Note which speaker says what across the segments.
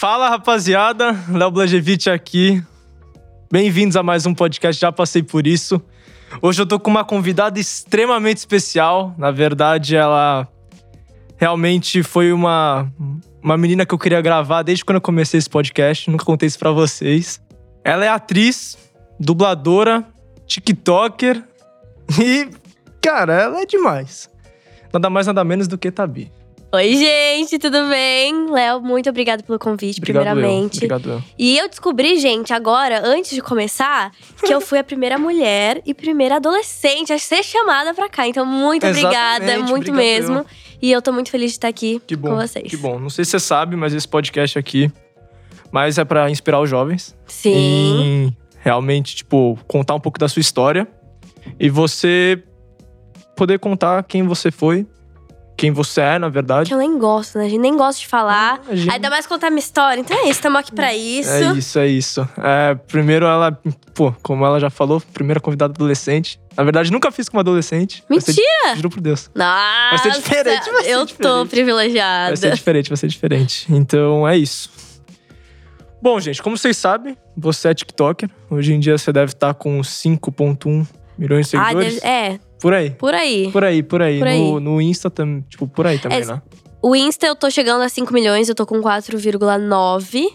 Speaker 1: Olá, rapaziada. Léo Blagevich aqui. Bem-vindos a mais um podcast Já Passei Por Isso. Hoje eu tô com uma convidada extremamente especial. Na verdade, ela realmente foi uma, uma menina que eu queria gravar desde quando eu comecei esse podcast. Nunca contei isso pra vocês. Ela é atriz, dubladora, TikToker e, cara, ela é demais. Nada mais, nada menos do que Tabi.
Speaker 2: Oi, gente, tudo bem? Léo, muito obrigada pelo convite, primeiramente.
Speaker 1: eu. Obrigado eu.
Speaker 2: E eu descobri, gente, agora, antes de começar, que eu fui a primeira mulher e primeira adolescente a ser chamada pra cá. Então, muito obrigada,
Speaker 1: Exatamente,
Speaker 2: muito
Speaker 1: obrigado
Speaker 2: mesmo. E eu tô muito feliz de estar aqui
Speaker 1: Que bom.
Speaker 2: com vocês.
Speaker 1: Que bom. Não sei se você sabe, mas esse podcast aqui mais é pra inspirar os jovens
Speaker 2: Sim.
Speaker 1: em realmente, tipo, contar um pouco da sua história e você poder contar quem você foi, quem você é, na verdade.
Speaker 2: Que eu nem gosto, né? A gente nem gosta de falar.
Speaker 1: Imagina.
Speaker 2: Ainda mais contar minha história. Então é isso, estamos aqui pra isso.
Speaker 1: É isso, é isso. É, primeiro ela, pô, como ela já falou, primeira convidada adolescente. Na verdade, nunca fiz com uma adolescente. Vai ser- Juro por Deus.
Speaker 2: Nossa,
Speaker 1: ser diferente, vai ser
Speaker 2: eu tô
Speaker 1: diferente. Vai ser
Speaker 2: privilegiada.
Speaker 1: diferente, vai ser diferente. Então é isso. Bom, gente, como vocês sabem, você é TikToker. Hoje em dia você deve estar com 5,1 milhões de
Speaker 2: Ah,
Speaker 1: seguidores.
Speaker 2: deve- é,
Speaker 1: Por aí.
Speaker 2: por aí.
Speaker 1: Por aí, por aí.
Speaker 2: Por aí.
Speaker 1: No, no Insta também, tipo, por aí também,
Speaker 2: É,
Speaker 1: né?
Speaker 2: O Insta eu tô chegando a 5 milhões, eu tô com 4,9.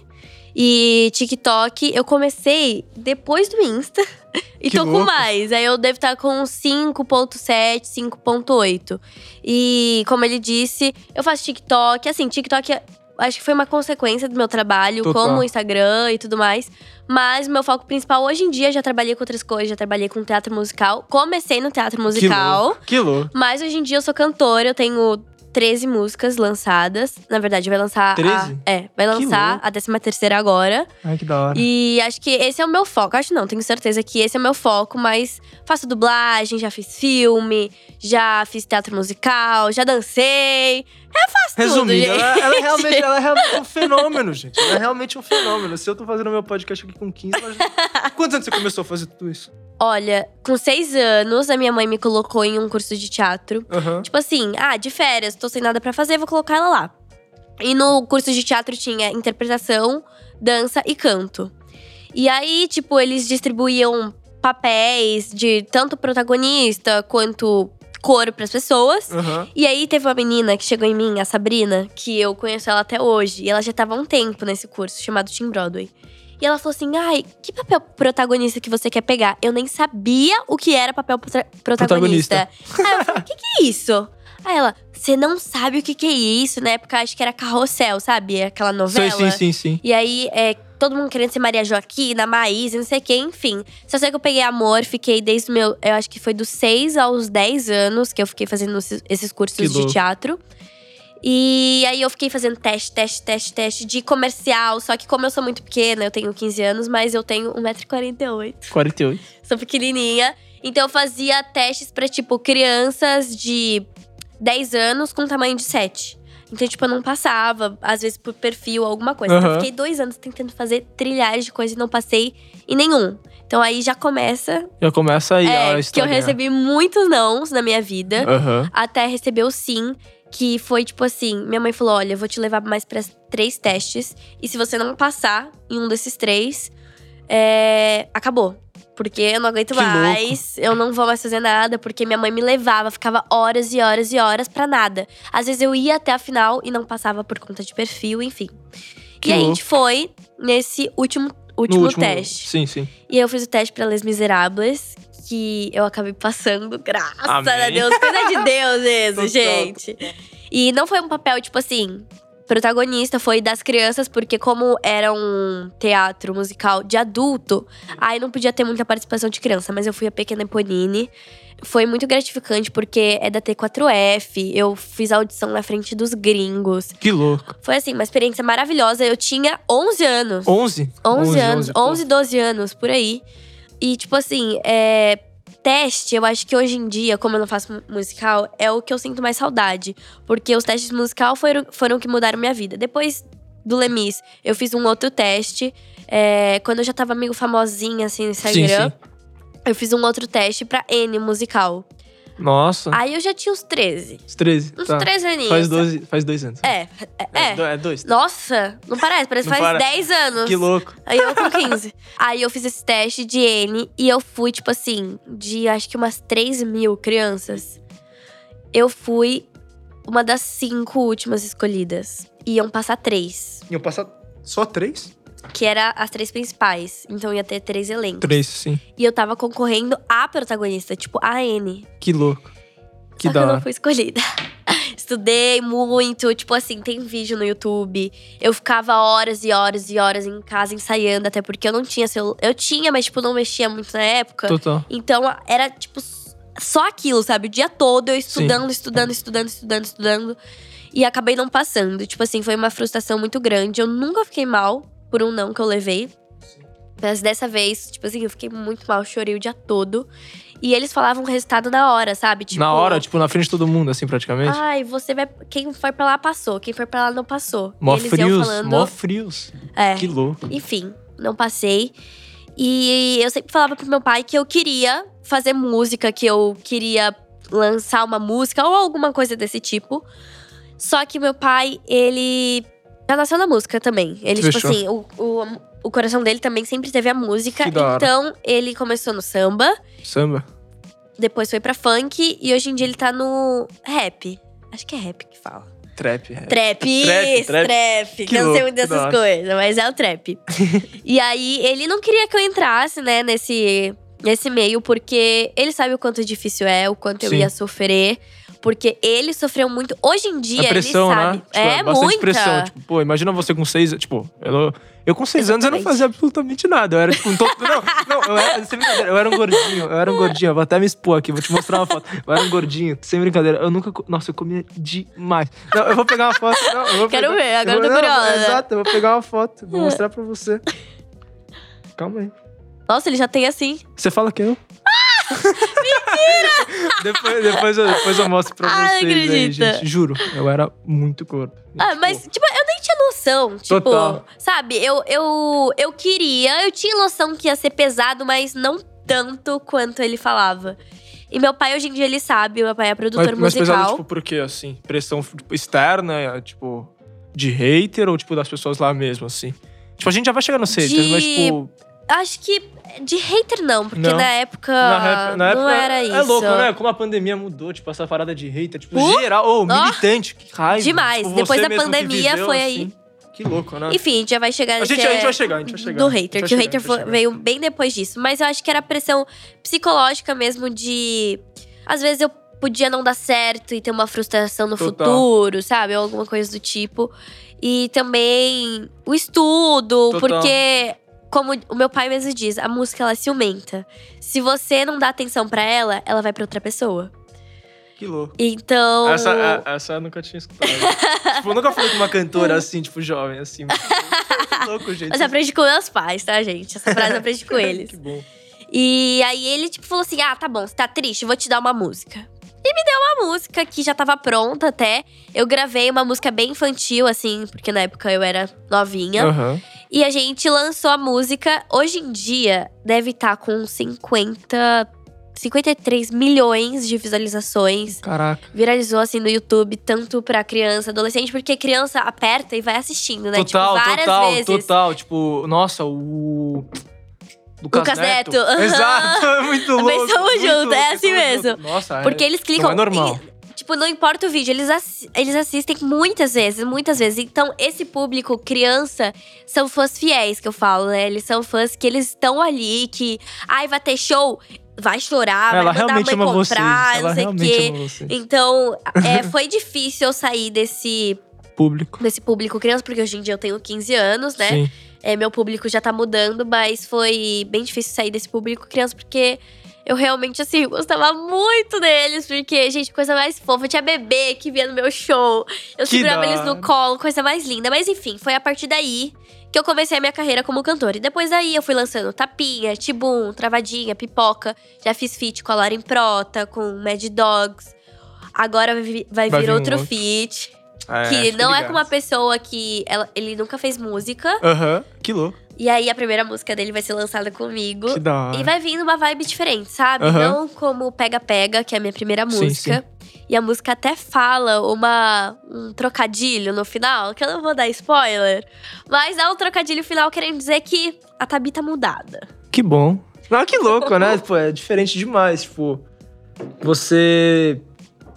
Speaker 2: E TikTok, eu comecei depois do Insta. E
Speaker 1: Que
Speaker 2: tô
Speaker 1: louco.
Speaker 2: com mais. Aí eu devo estar com 5,7, 5,8. E como ele disse, eu faço TikTok. Assim, TikTok é- acho que foi uma consequência do meu trabalho,
Speaker 1: Total.
Speaker 2: como o Instagram e tudo mais. Mas meu foco principal hoje em dia, já trabalhei com outras coisas, já trabalhei com teatro musical. Comecei no teatro musical.
Speaker 1: Que louco.
Speaker 2: Mas hoje em dia eu sou cantora, eu tenho 13 músicas lançadas. Na verdade, vai lançar.
Speaker 1: 13?
Speaker 2: A, é, vai
Speaker 1: Que
Speaker 2: lançar
Speaker 1: louco. Ah.
Speaker 2: a 13 terceira agora.
Speaker 1: Ai, que da hora.
Speaker 2: E acho que esse é o meu foco. Acho não, tenho certeza que esse é o meu foco, mas faço dublagem, já fiz filme, já fiz teatro musical, já dancei. Eu faço
Speaker 1: Resumindo,
Speaker 2: tudo, gente.
Speaker 1: ela, ela é realmente, ela é realmente um fenômeno, gente. Ela é realmente um fenômeno. Se eu tô fazendo meu podcast aqui com 15, imagina. Quantos anos você começou a fazer tudo isso?
Speaker 2: Olha, com seis anos, a minha mãe me colocou em um curso de teatro.
Speaker 1: Aham.
Speaker 2: Tipo assim, ah, de férias, tô sem nada pra fazer, vou colocar ela lá. E no curso de teatro tinha interpretação, dança e canto. E aí, tipo, eles distribuíam papéis de tanto protagonista quanto coro pras pessoas.
Speaker 1: Aham.
Speaker 2: E aí teve uma menina que chegou em mim, a Sabrina, que eu conheço ela até hoje. E ela já tava há um tempo nesse curso, chamado Team Broadway. E ela falou assim, ai, que papel protagonista que você quer pegar? Eu nem sabia o que era papel protra- protagonista. Aí eu falei, o que que é isso? Aí ela, você não sabe o que que é isso? Na época, acho que era Carrossel, sabe? Aquela novela.
Speaker 1: Sei, sim, sim, sim.
Speaker 2: E aí, é, todo mundo querendo ser Maria Joaquina, Maísa, não sei quem, enfim. Só sei que eu peguei amor, fiquei desde o meu. Eu acho que foi dos 6 aos 10 anos que eu fiquei fazendo esses- esses
Speaker 1: Que
Speaker 2: cursos de
Speaker 1: louco.
Speaker 2: teatro. E aí eu fiquei fazendo teste, teste, teste, teste de comercial. Só que como eu sou muito pequena, eu tenho 15 anos, mas eu tenho 1,48m.
Speaker 1: 48.
Speaker 2: Sou pequenininha. Então eu fazia testes pra, tipo, crianças de 10 anos com tamanho de 7. Então, tipo, eu não passava, às vezes por perfil, alguma coisa. Então, eu
Speaker 1: Aham.
Speaker 2: fiquei dois anos tentando fazer trilhares de coisas e não passei em nenhum. Então, aí já começa
Speaker 1: Já começa aí
Speaker 2: é,
Speaker 1: a
Speaker 2: que eu
Speaker 1: história.
Speaker 2: recebi muitos nãos na minha vida
Speaker 1: Aham.
Speaker 2: até receber o sim, que foi tipo assim: minha mãe falou, olha, eu vou te levar mais pra três testes, e se você não passar em um desses três, é, acabou. Porque eu não aguento
Speaker 1: Que
Speaker 2: mais, eu não vou mais fazer nada, porque minha mãe me levava, ficava horas e horas e horas pra nada. Às vezes eu ia até a final e não passava por conta de perfil, enfim.
Speaker 1: Que
Speaker 2: e aí a
Speaker 1: louco.
Speaker 2: gente foi nesse último,
Speaker 1: No
Speaker 2: último teste.
Speaker 1: Sim, sim.
Speaker 2: E eu fiz o teste pra Les Miserables, que eu acabei passando, graças
Speaker 1: Amém.
Speaker 2: a Deus. Coisa de Deus isso,
Speaker 1: Total,
Speaker 2: gente. E não foi um papel, tipo assim, protagonista, foi das crianças, porque como era um teatro musical de adulto, aí não podia ter muita participação de criança, mas eu fui a Pequena Eponine. Foi muito gratificante, porque é da T4F, eu fiz audição na frente dos gringos.
Speaker 1: Que louco.
Speaker 2: Foi assim, uma experiência maravilhosa. Eu tinha 11 anos.
Speaker 1: 11?
Speaker 2: 11, anos,
Speaker 1: 11, pô.
Speaker 2: 11, 12 anos, por aí. E, tipo assim, é, teste, eu acho que hoje em dia, como eu não faço mu- musical, é o que eu sinto mais saudade. Porque os testes musical foram, foram o que mudaram minha vida. Depois do Lemis, eu fiz um outro teste. é, quando eu já tava meio famosinha, assim, no Instagram.
Speaker 1: Sim, sim.
Speaker 2: Eu fiz um outro teste pra N musical.
Speaker 1: Nossa.
Speaker 2: Aí eu já tinha uns 13.
Speaker 1: Os 13.
Speaker 2: Uns
Speaker 1: tá.
Speaker 2: 13 aninhos.
Speaker 1: Faz 12, faz dois anos.
Speaker 2: É, é.
Speaker 1: do- É dois.
Speaker 2: Nossa, não parece, parece que
Speaker 1: Não
Speaker 2: faz
Speaker 1: para-
Speaker 2: 10 anos.
Speaker 1: Que louco.
Speaker 2: Aí eu com 15. Aí eu fiz esse teste de N e eu fui, tipo assim, de acho que umas 3 mil crianças. Eu fui uma das cinco últimas escolhidas. Iam passar três,
Speaker 1: Iam passar só três?
Speaker 2: que era as três principais. Então ia ter três elencos.
Speaker 1: Três, sim.
Speaker 2: E eu tava concorrendo à protagonista, tipo a N.
Speaker 1: Que louco. Que da
Speaker 2: só que eu não
Speaker 1: hora.
Speaker 2: fui escolhida. Estudei muito, tipo assim, tem vídeo no YouTube. Eu ficava horas e horas e horas em casa ensaiando, até porque eu não tinha celular. Eu tinha, mas tipo, não mexia muito na época.
Speaker 1: Total.
Speaker 2: Então a- era tipo s- só aquilo, sabe? O dia todo eu estudando, estudando, estudando, estudando, estudando. E acabei não passando. Tipo assim, foi uma frustração muito grande. Eu nunca fiquei mal por um não que eu levei. Mas dessa vez, tipo assim, eu fiquei muito mal, chorei o dia todo. E eles falavam o resultado na hora, sabe? Tipo, Ah,
Speaker 1: na hora, tipo, na frente de todo mundo, assim, praticamente.
Speaker 2: Ai, você vai. Quem for pra lá passou, quem for pra lá não passou.
Speaker 1: mó
Speaker 2: E eles iam
Speaker 1: frios,
Speaker 2: falando.
Speaker 1: mó frios.
Speaker 2: É.
Speaker 1: Que louco.
Speaker 2: Enfim, não passei. E eu sempre falava pro meu pai que eu queria fazer música, que eu queria lançar uma música ou alguma coisa desse tipo. Só que meu pai, ele já nasceu na música também. Ele, tipo
Speaker 1: Fechou.
Speaker 2: assim, o, o, o coração dele também sempre teve a música.
Speaker 1: Que da hora.
Speaker 2: Então, ele começou no samba,
Speaker 1: Samba.
Speaker 2: depois foi pra funk e hoje em dia ele tá no rap. Acho que é rap que fala.
Speaker 1: Trap. é.
Speaker 2: Trap,
Speaker 1: Trap,
Speaker 2: isso,
Speaker 1: trap.
Speaker 2: trap.
Speaker 1: Que
Speaker 2: Que eu não
Speaker 1: louco,
Speaker 2: sei muito
Speaker 1: que da
Speaker 2: dessas
Speaker 1: hora.
Speaker 2: coisas, mas é o trap. e aí, ele não queria que eu entrasse, né, nesse, nesse meio, porque ele sabe o quanto difícil é, o quanto eu
Speaker 1: Sim.
Speaker 2: ia sofrer. Porque ele sofreu muito. Hoje em dia,
Speaker 1: É pressão,
Speaker 2: ele sabe.
Speaker 1: né? Tipo, é, bastante
Speaker 2: muita.
Speaker 1: pressão. Tipo, pô, imagina você com seis. Tipo, eu, eu com seis anos eu não
Speaker 2: Exatamente.
Speaker 1: fazia absolutamente nada. Eu era tipo um todo. Não, não, eu era, sem brincadeira. Eu era um gordinho. Eu era um gordinho. Eu vou até me expor aqui, vou te mostrar uma foto. Eu era um gordinho, sem brincadeira. Eu nunca. co- Nossa, eu comia demais. Não, eu vou pegar uma foto. Não, eu vou
Speaker 2: Quero
Speaker 1: pegar-
Speaker 2: ver, agora eu tô
Speaker 1: vou- não,
Speaker 2: curiosa. É.
Speaker 1: Exato, eu vou pegar uma foto. Vou mostrar pra você. Calma aí.
Speaker 2: Nossa, ele já tem assim.
Speaker 1: Você fala que eu.
Speaker 2: Ah!
Speaker 1: Mentira! depois, depois, eu, depois eu mostro pra
Speaker 2: Ah, não
Speaker 1: vocês aí,
Speaker 2: acredito.
Speaker 1: gente. Juro, eu era muito gordo.
Speaker 2: Ah, mas, tipo, eu nem tinha noção. Tipo,
Speaker 1: Total.
Speaker 2: sabe, eu, eu, eu queria, eu tinha noção que ia ser pesado, mas não tanto quanto ele falava. E meu pai, hoje em dia, ele sabe, meu pai é produtor
Speaker 1: mas, mas
Speaker 2: musical.
Speaker 1: pesado, tipo, por quê, assim? Pressão tipo, externa, tipo, de hater ou, tipo, das pessoas lá mesmo, assim? Tipo, a gente já vai chegar nos haters,
Speaker 2: De-
Speaker 1: mas, tipo…
Speaker 2: Acho que de hater não, porque
Speaker 1: Não.
Speaker 2: na época
Speaker 1: na, na
Speaker 2: ah, não
Speaker 1: época
Speaker 2: era isso.
Speaker 1: É louco, né? Como a pandemia mudou, tipo, essa parada de hater. Tipo,
Speaker 2: Uh!
Speaker 1: geral, ou militante, que raiva.
Speaker 2: Demais.
Speaker 1: Tipo, você
Speaker 2: Depois da
Speaker 1: mesmo que
Speaker 2: pandemia
Speaker 1: viveu,
Speaker 2: foi
Speaker 1: assim. Que louco, né?
Speaker 2: Enfim, a gente já vai chegar
Speaker 1: a, gente,
Speaker 2: que
Speaker 1: a gente
Speaker 2: é
Speaker 1: vai chegar, a gente vai chegar.
Speaker 2: do
Speaker 1: A gente
Speaker 2: hater,
Speaker 1: vai
Speaker 2: que o
Speaker 1: chegar, a
Speaker 2: hater
Speaker 1: gente vai
Speaker 2: foi-
Speaker 1: chegar.
Speaker 2: veio bem depois disso. Mas eu acho que era pressão psicológica mesmo de… Às vezes eu podia não dar certo e ter uma frustração no
Speaker 1: Total.
Speaker 2: futuro, sabe? Ou alguma coisa do tipo. E também o estudo,
Speaker 1: Total.
Speaker 2: porque… Como o meu pai mesmo diz, a música ela é ciumenta. Se você não dá atenção pra ela, ela vai pra outra pessoa.
Speaker 1: Que louco.
Speaker 2: Então.
Speaker 1: Essa, a- essa eu nunca tinha escutado. tipo, eu nunca falei com uma cantora assim, tipo, jovem, assim. mas- Que louco, gente.
Speaker 2: Mas eu aprendi com meus pais, tá, gente? Essa frase eu aprendi com eles.
Speaker 1: que bom.
Speaker 2: E aí ele, tipo, falou assim: ah, tá bom, você tá triste, vou te dar uma música. E me deu uma música que já tava pronta até. Eu gravei uma música bem infantil, assim, porque na época eu era novinha.
Speaker 1: Aham.
Speaker 2: E a gente lançou a música. Hoje em dia, deve estar com 50. 53 milhões de visualizações.
Speaker 1: Caraca.
Speaker 2: viralizou assim no YouTube, tanto pra criança, adolescente, porque criança aperta e vai assistindo, né?
Speaker 1: Total,
Speaker 2: tipo, várias
Speaker 1: total,
Speaker 2: vezes.
Speaker 1: total. Tipo, nossa, o. Lucas,
Speaker 2: Lucas Neto, aham.
Speaker 1: Exato, é muito louco.
Speaker 2: Mas tamo
Speaker 1: muito
Speaker 2: junto,
Speaker 1: louco,
Speaker 2: é assim
Speaker 1: tamo
Speaker 2: mesmo.
Speaker 1: junto. Nossa,
Speaker 2: Porque
Speaker 1: é.
Speaker 2: eles clicam.
Speaker 1: é normal.
Speaker 2: e, tipo, não importa o vídeo, eles, assi- eles assistem muitas vezes, muitas vezes. Então, esse público, criança, são fãs fiéis que eu falo, né? Eles são fãs que eles estão ali, que. Ai, vai ter show, vai chorar,
Speaker 1: Ela
Speaker 2: ah, vai mandar
Speaker 1: realmente
Speaker 2: a
Speaker 1: ama
Speaker 2: mãe
Speaker 1: vocês.
Speaker 2: comprar,
Speaker 1: Ela
Speaker 2: não sei o
Speaker 1: realmente
Speaker 2: quê.
Speaker 1: ama vocês.
Speaker 2: Então, é, foi difícil eu sair desse,
Speaker 1: Público.
Speaker 2: desse público criança, porque hoje em dia eu tenho 15 anos, né?
Speaker 1: Sim.
Speaker 2: É, meu público já tá mudando, mas foi bem difícil sair desse público criança, porque eu realmente, assim, gostava muito deles. Porque, gente, coisa mais fofa. Tinha bebê que via no meu show. Eu
Speaker 1: Que
Speaker 2: segurava
Speaker 1: da
Speaker 2: eles no
Speaker 1: hora.
Speaker 2: colo, coisa mais linda. Mas enfim, foi a partir daí que eu comecei a minha carreira como cantora. E depois daí eu fui lançando Tapinha, Tibum, Travadinha, Pipoca. Já fiz feat com a Lauren Prota, com Mad Dogs. Agora vai vi- vai,
Speaker 1: Vai
Speaker 2: vir
Speaker 1: vir um
Speaker 2: outro
Speaker 1: outro.
Speaker 2: feat.
Speaker 1: É,
Speaker 2: que
Speaker 1: fiquem
Speaker 2: não é
Speaker 1: ligados.
Speaker 2: com uma pessoa que… ela- ele nunca fez música.
Speaker 1: Aham, que louco.
Speaker 2: E aí a primeira música dele vai ser lançada comigo.
Speaker 1: Que da
Speaker 2: E
Speaker 1: hora.
Speaker 2: vai vindo uma vibe diferente, sabe?
Speaker 1: Aham.
Speaker 2: Não como Pega Pega, que é a minha primeira
Speaker 1: Sim,
Speaker 2: música. E a música até fala uma, um trocadilho no final, que eu não vou dar spoiler. Mas é um trocadilho final querendo dizer que a Tabi tá mudada.
Speaker 1: Que bom. Ah, que louco, né? Pô, é diferente demais. Tipo, você.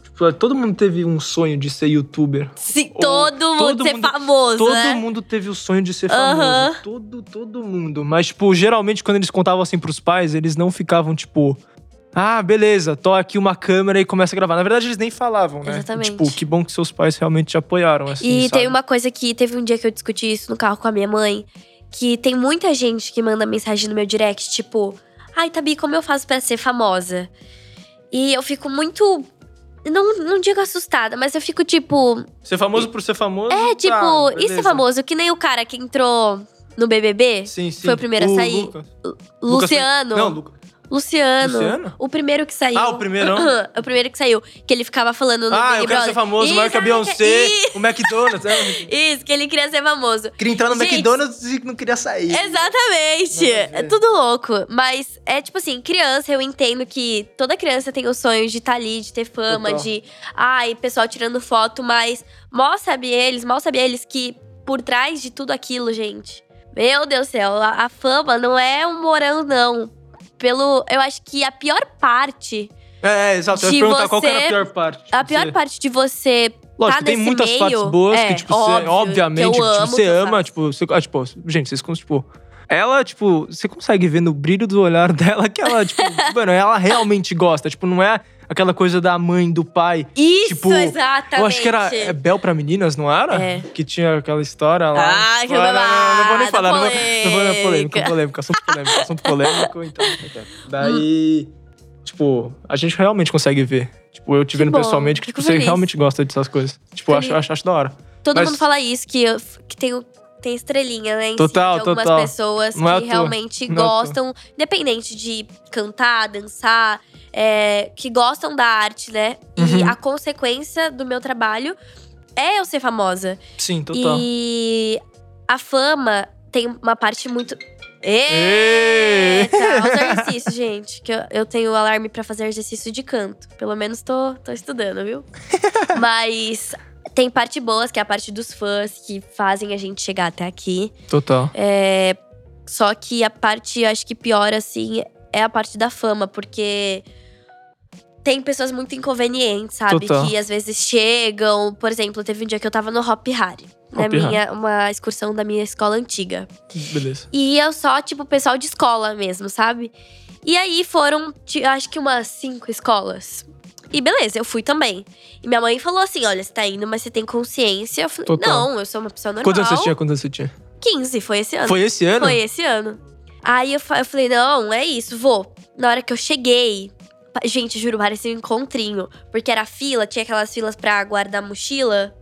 Speaker 1: Tipo, todo mundo teve um sonho de ser youtuber.
Speaker 2: Se
Speaker 1: Ou
Speaker 2: todo mundo
Speaker 1: todo
Speaker 2: ser
Speaker 1: mundo-
Speaker 2: famoso,
Speaker 1: Todo
Speaker 2: né?
Speaker 1: mundo teve o sonho de ser
Speaker 2: Aham.
Speaker 1: famoso. Todo, todo mundo. Mas, tipo, geralmente quando eles contavam assim pros pais, eles não ficavam, tipo. Ah, beleza, tô aqui uma câmera e começa a gravar. Na verdade, eles nem falavam, né?
Speaker 2: Exatamente.
Speaker 1: Tipo, que bom que seus pais realmente te apoiaram, assim,
Speaker 2: E
Speaker 1: sabe?
Speaker 2: tem uma coisa que teve um dia que eu discuti isso no carro com a minha mãe, que tem muita gente que manda mensagem no meu direct, tipo, ai, Tabi, como eu faço pra ser famosa? E eu fico muito. Não, não digo assustada, mas eu fico tipo.
Speaker 1: Ser famoso por ser famoso? tá,
Speaker 2: É tipo,
Speaker 1: Ah,
Speaker 2: e ser famoso? Que nem o cara que entrou no BBB,
Speaker 1: Sim, sim.
Speaker 2: Foi o primeiro a sair?
Speaker 1: Lucas. Lucas foi-
Speaker 2: Luciano.
Speaker 1: Não, Lucas.
Speaker 2: Luciano.
Speaker 1: Luciano?
Speaker 2: O primeiro que saiu.
Speaker 1: Ah, o primeirão?
Speaker 2: o primeiro que saiu. Que ele ficava falando no
Speaker 1: Ah,
Speaker 2: Big
Speaker 1: eu quero
Speaker 2: Brother.
Speaker 1: ser famoso, maior que a
Speaker 2: Isso, é
Speaker 1: Beyoncé,
Speaker 2: isso,
Speaker 1: o McDonald's. né?
Speaker 2: Isso, que ele queria ser famoso.
Speaker 1: Queria entrar no
Speaker 2: Gente. é
Speaker 1: McDonald's e não queria sair.
Speaker 2: Exatamente!
Speaker 1: Nada a ver.
Speaker 2: É tudo louco. Mas é tipo assim, criança, eu entendo que toda criança tem o sonho de estar ali, de ter fama,
Speaker 1: Total.
Speaker 2: de. Ai, pessoal tirando foto, mas mal sabe eles, mal sabe eles que por trás de tudo aquilo, gente. Meu Deus do céu, a, a fama não é um morango, não. Pelo. Eu acho que a pior parte.
Speaker 1: É, é, exato. Eu
Speaker 2: De
Speaker 1: ia perguntar qual que era
Speaker 2: você-
Speaker 1: a pior parte.
Speaker 2: A
Speaker 1: Tipo,
Speaker 2: pior
Speaker 1: você-
Speaker 2: parte de você.
Speaker 1: Lógico,
Speaker 2: tá
Speaker 1: tem
Speaker 2: nesse
Speaker 1: muitas
Speaker 2: meio,
Speaker 1: partes boas
Speaker 2: é,
Speaker 1: que, tipo,
Speaker 2: óbvio,
Speaker 1: você,
Speaker 2: que eu
Speaker 1: obviamente, tipo,
Speaker 2: amo
Speaker 1: você
Speaker 2: que eu
Speaker 1: ama,
Speaker 2: faço.
Speaker 1: tipo, você, ah, tipo, gente, vocês, cons- tipo, ela, tipo, você consegue ver no brilho do olhar dela que ela, tipo, mano, ela realmente gosta, tipo, não é aquela coisa da mãe, do pai.
Speaker 2: Isso,
Speaker 1: Tipo, eu acho que
Speaker 2: exatamente.
Speaker 1: Eu acho que era é, Bel pra Meninas, não era?
Speaker 2: É.
Speaker 1: Que tinha aquela história lá.
Speaker 2: Ah, que
Speaker 1: não, não, não, não vou nem
Speaker 2: babado,
Speaker 1: falar, não vou, não vou nem polêmica,
Speaker 2: polêmica.
Speaker 1: polêmica, assunto polêmico, assunto polêmico, então. então. Daí, tipo, a gente realmente consegue ver. Tipo, eu te
Speaker 2: Que
Speaker 1: vendo
Speaker 2: bom,
Speaker 1: pessoalmente, que
Speaker 2: fico
Speaker 1: tipo, você
Speaker 2: feliz.
Speaker 1: realmente gosta dessas coisas. Tipo, eu acho,
Speaker 2: feliz.
Speaker 1: acho, acho da hora.
Speaker 2: Todo
Speaker 1: Mas-
Speaker 2: mundo fala isso, que, eu- que tem, o- tem estrelinha, né? Em
Speaker 1: Total,
Speaker 2: cima de algumas
Speaker 1: total.
Speaker 2: pessoas
Speaker 1: Não é à
Speaker 2: que
Speaker 1: toa.
Speaker 2: realmente
Speaker 1: Não é à toa.
Speaker 2: gostam, independente de cantar, dançar, é, que gostam da arte, né? E
Speaker 1: Uhum.
Speaker 2: a consequência do meu trabalho é eu ser famosa.
Speaker 1: Sim, total.
Speaker 2: E a fama tem uma parte muito.
Speaker 1: Ê!
Speaker 2: Eita, olha É, tá, os exercícios, gente. Que eu, eu tenho alarme pra fazer exercício de canto. Pelo menos tô, tô estudando, viu? Mas tem parte boas, que é a parte dos fãs, que fazem a gente chegar até aqui.
Speaker 1: Total.
Speaker 2: É, só que a parte, eu acho que pior, assim, é a parte da fama, porque tem pessoas muito inconvenientes, sabe?
Speaker 1: Total.
Speaker 2: Que às vezes chegam. Por exemplo, teve um dia que eu tava no Hop Hari. Na
Speaker 1: Hop Hari.
Speaker 2: minha, uma excursão da minha escola antiga.
Speaker 1: Beleza.
Speaker 2: E eu só, tipo, pessoal de escola mesmo, sabe? E aí foram, ti- acho que umas cinco escolas. E beleza, eu fui também. E minha mãe falou assim: olha, você tá indo, mas você tem consciência. Eu falei,
Speaker 1: Total.
Speaker 2: não, eu sou uma pessoa normal.
Speaker 1: Quantos anos você tinha? Quantos anos você tinha?
Speaker 2: 15, foi esse ano.
Speaker 1: Foi esse ano?
Speaker 2: Foi esse ano. Aí eu, fa- eu falei, não, é isso, vou. Na hora que eu cheguei, pa- gente, juro, parecia um encontrinho. Porque era fila, tinha aquelas filas pra guardar a mochila.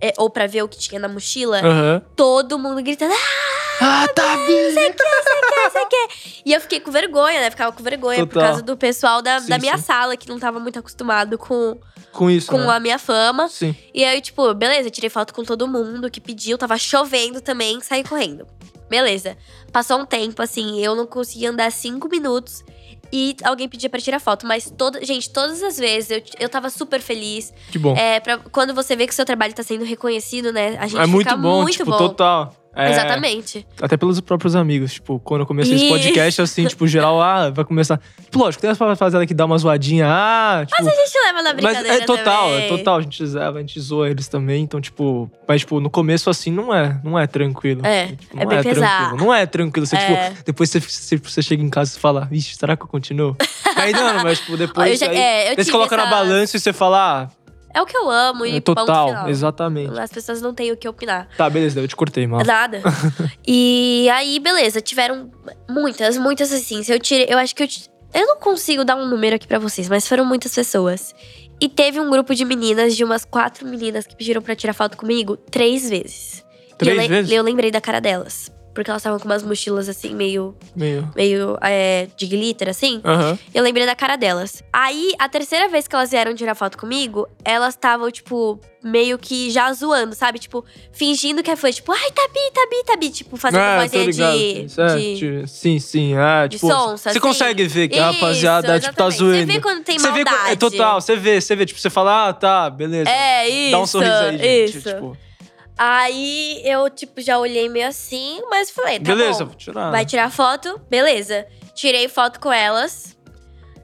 Speaker 2: é, ou pra ver o que tinha na mochila.
Speaker 1: Aham.
Speaker 2: Todo mundo gritando, ah,
Speaker 1: Ah, tá vindo!
Speaker 2: e eu fiquei com vergonha, né? Ficava com vergonha por
Speaker 1: Total.
Speaker 2: causa do pessoal da,
Speaker 1: Sim,
Speaker 2: da minha
Speaker 1: sim.
Speaker 2: sala, que não tava muito acostumado com,
Speaker 1: Com isso,
Speaker 2: com um
Speaker 1: né?
Speaker 2: a minha fama.
Speaker 1: Sim.
Speaker 2: E aí, tipo, beleza, tirei foto com todo mundo que pediu, tava chovendo também, saí correndo. Beleza. Passou um tempo, assim, eu não conseguia andar cinco minutos e alguém pedia pra tirar foto. Mas, toda, gente, todas as vezes eu, eu tava super feliz.
Speaker 1: Que bom.
Speaker 2: É, pra, quando você vê que o seu trabalho tá sendo reconhecido, né? A gente
Speaker 1: É muito
Speaker 2: fica
Speaker 1: bom,
Speaker 2: muito
Speaker 1: tipo,
Speaker 2: bom.
Speaker 1: total. É,
Speaker 2: Exatamente.
Speaker 1: Até pelos próprios amigos. Tipo, quando eu comecei esse
Speaker 2: Isso.
Speaker 1: podcast, assim, tipo, geral, ah, vai começar. Tipo, lógico, tem as rapaziada que dá umas zoadinhas, ah, tipo.
Speaker 2: A gente leva na
Speaker 1: Mas
Speaker 2: brincadeira
Speaker 1: é total,
Speaker 2: também.
Speaker 1: é total. A gente, zoa- a gente zoa eles também, então, tipo. Mas, tipo, no começo, assim, não é, não é tranquilo.
Speaker 2: É,
Speaker 1: Tipo,
Speaker 2: é
Speaker 1: não
Speaker 2: bem pesado.
Speaker 1: tranquilo. Não é tranquilo. Você,
Speaker 2: É.
Speaker 1: tipo, depois você, você, você chega em casa e fala, ixi, será que eu continuo? aí não, mas, tipo,
Speaker 2: Ó, eu
Speaker 1: depois.
Speaker 2: já-
Speaker 1: aí,
Speaker 2: é, eu
Speaker 1: daí você
Speaker 2: tive
Speaker 1: coloca na
Speaker 2: essa-
Speaker 1: balança e você fala,
Speaker 2: É o que eu amo
Speaker 1: ah,
Speaker 2: e
Speaker 1: é
Speaker 2: ponto
Speaker 1: total,
Speaker 2: final.
Speaker 1: exatamente.
Speaker 2: As pessoas não têm o que opinar.
Speaker 1: Tá, beleza, daí eu te cortei, mal.
Speaker 2: Nada. e aí, beleza, tiveram muitas, muitas assim. Se eu tirei, eu acho que eu ti- eu não consigo dar um número aqui pra vocês, mas foram muitas pessoas. E teve um grupo de meninas, de umas quatro meninas que pediram pra tirar foto comigo três vezes. E eu
Speaker 1: Três
Speaker 2: le-
Speaker 1: vezes?
Speaker 2: Eu lembrei da cara delas. Porque elas estavam com umas mochilas assim, meio,
Speaker 1: Meio.
Speaker 2: meio é, de glitter, assim.
Speaker 1: Aham.
Speaker 2: Eu lembrei da cara delas. Aí, a terceira vez que elas vieram tirar foto comigo, elas estavam, tipo, meio que já zoando, sabe? Tipo, fingindo que foi, tipo, ai, Tabi, Tabi, Tabi. Tipo, fazendo
Speaker 1: Ah,
Speaker 2: uma
Speaker 1: eu tô
Speaker 2: vozinha
Speaker 1: ligado.
Speaker 2: de.
Speaker 1: Isso é,
Speaker 2: de-
Speaker 1: tipo, Sim, sim. Ah,
Speaker 2: de
Speaker 1: tipo,
Speaker 2: sonsa,
Speaker 1: você
Speaker 2: assim.
Speaker 1: consegue ver que a
Speaker 2: Isso,
Speaker 1: rapaziada tipo, tá
Speaker 2: exatamente.
Speaker 1: zoando.
Speaker 2: Você vê quando tem
Speaker 1: Você vê
Speaker 2: maldade.
Speaker 1: co- é total, você vê, você vê. Tipo, você fala, ah, tá, beleza.
Speaker 2: É, isso.
Speaker 1: Dá um sorriso aí, gente.
Speaker 2: Isso.
Speaker 1: Tipo,
Speaker 2: Aí eu, tipo, já olhei meio assim, mas falei, tá
Speaker 1: beleza,
Speaker 2: bom.
Speaker 1: vou tirar.
Speaker 2: Vai tirar foto, beleza. Tirei foto com elas.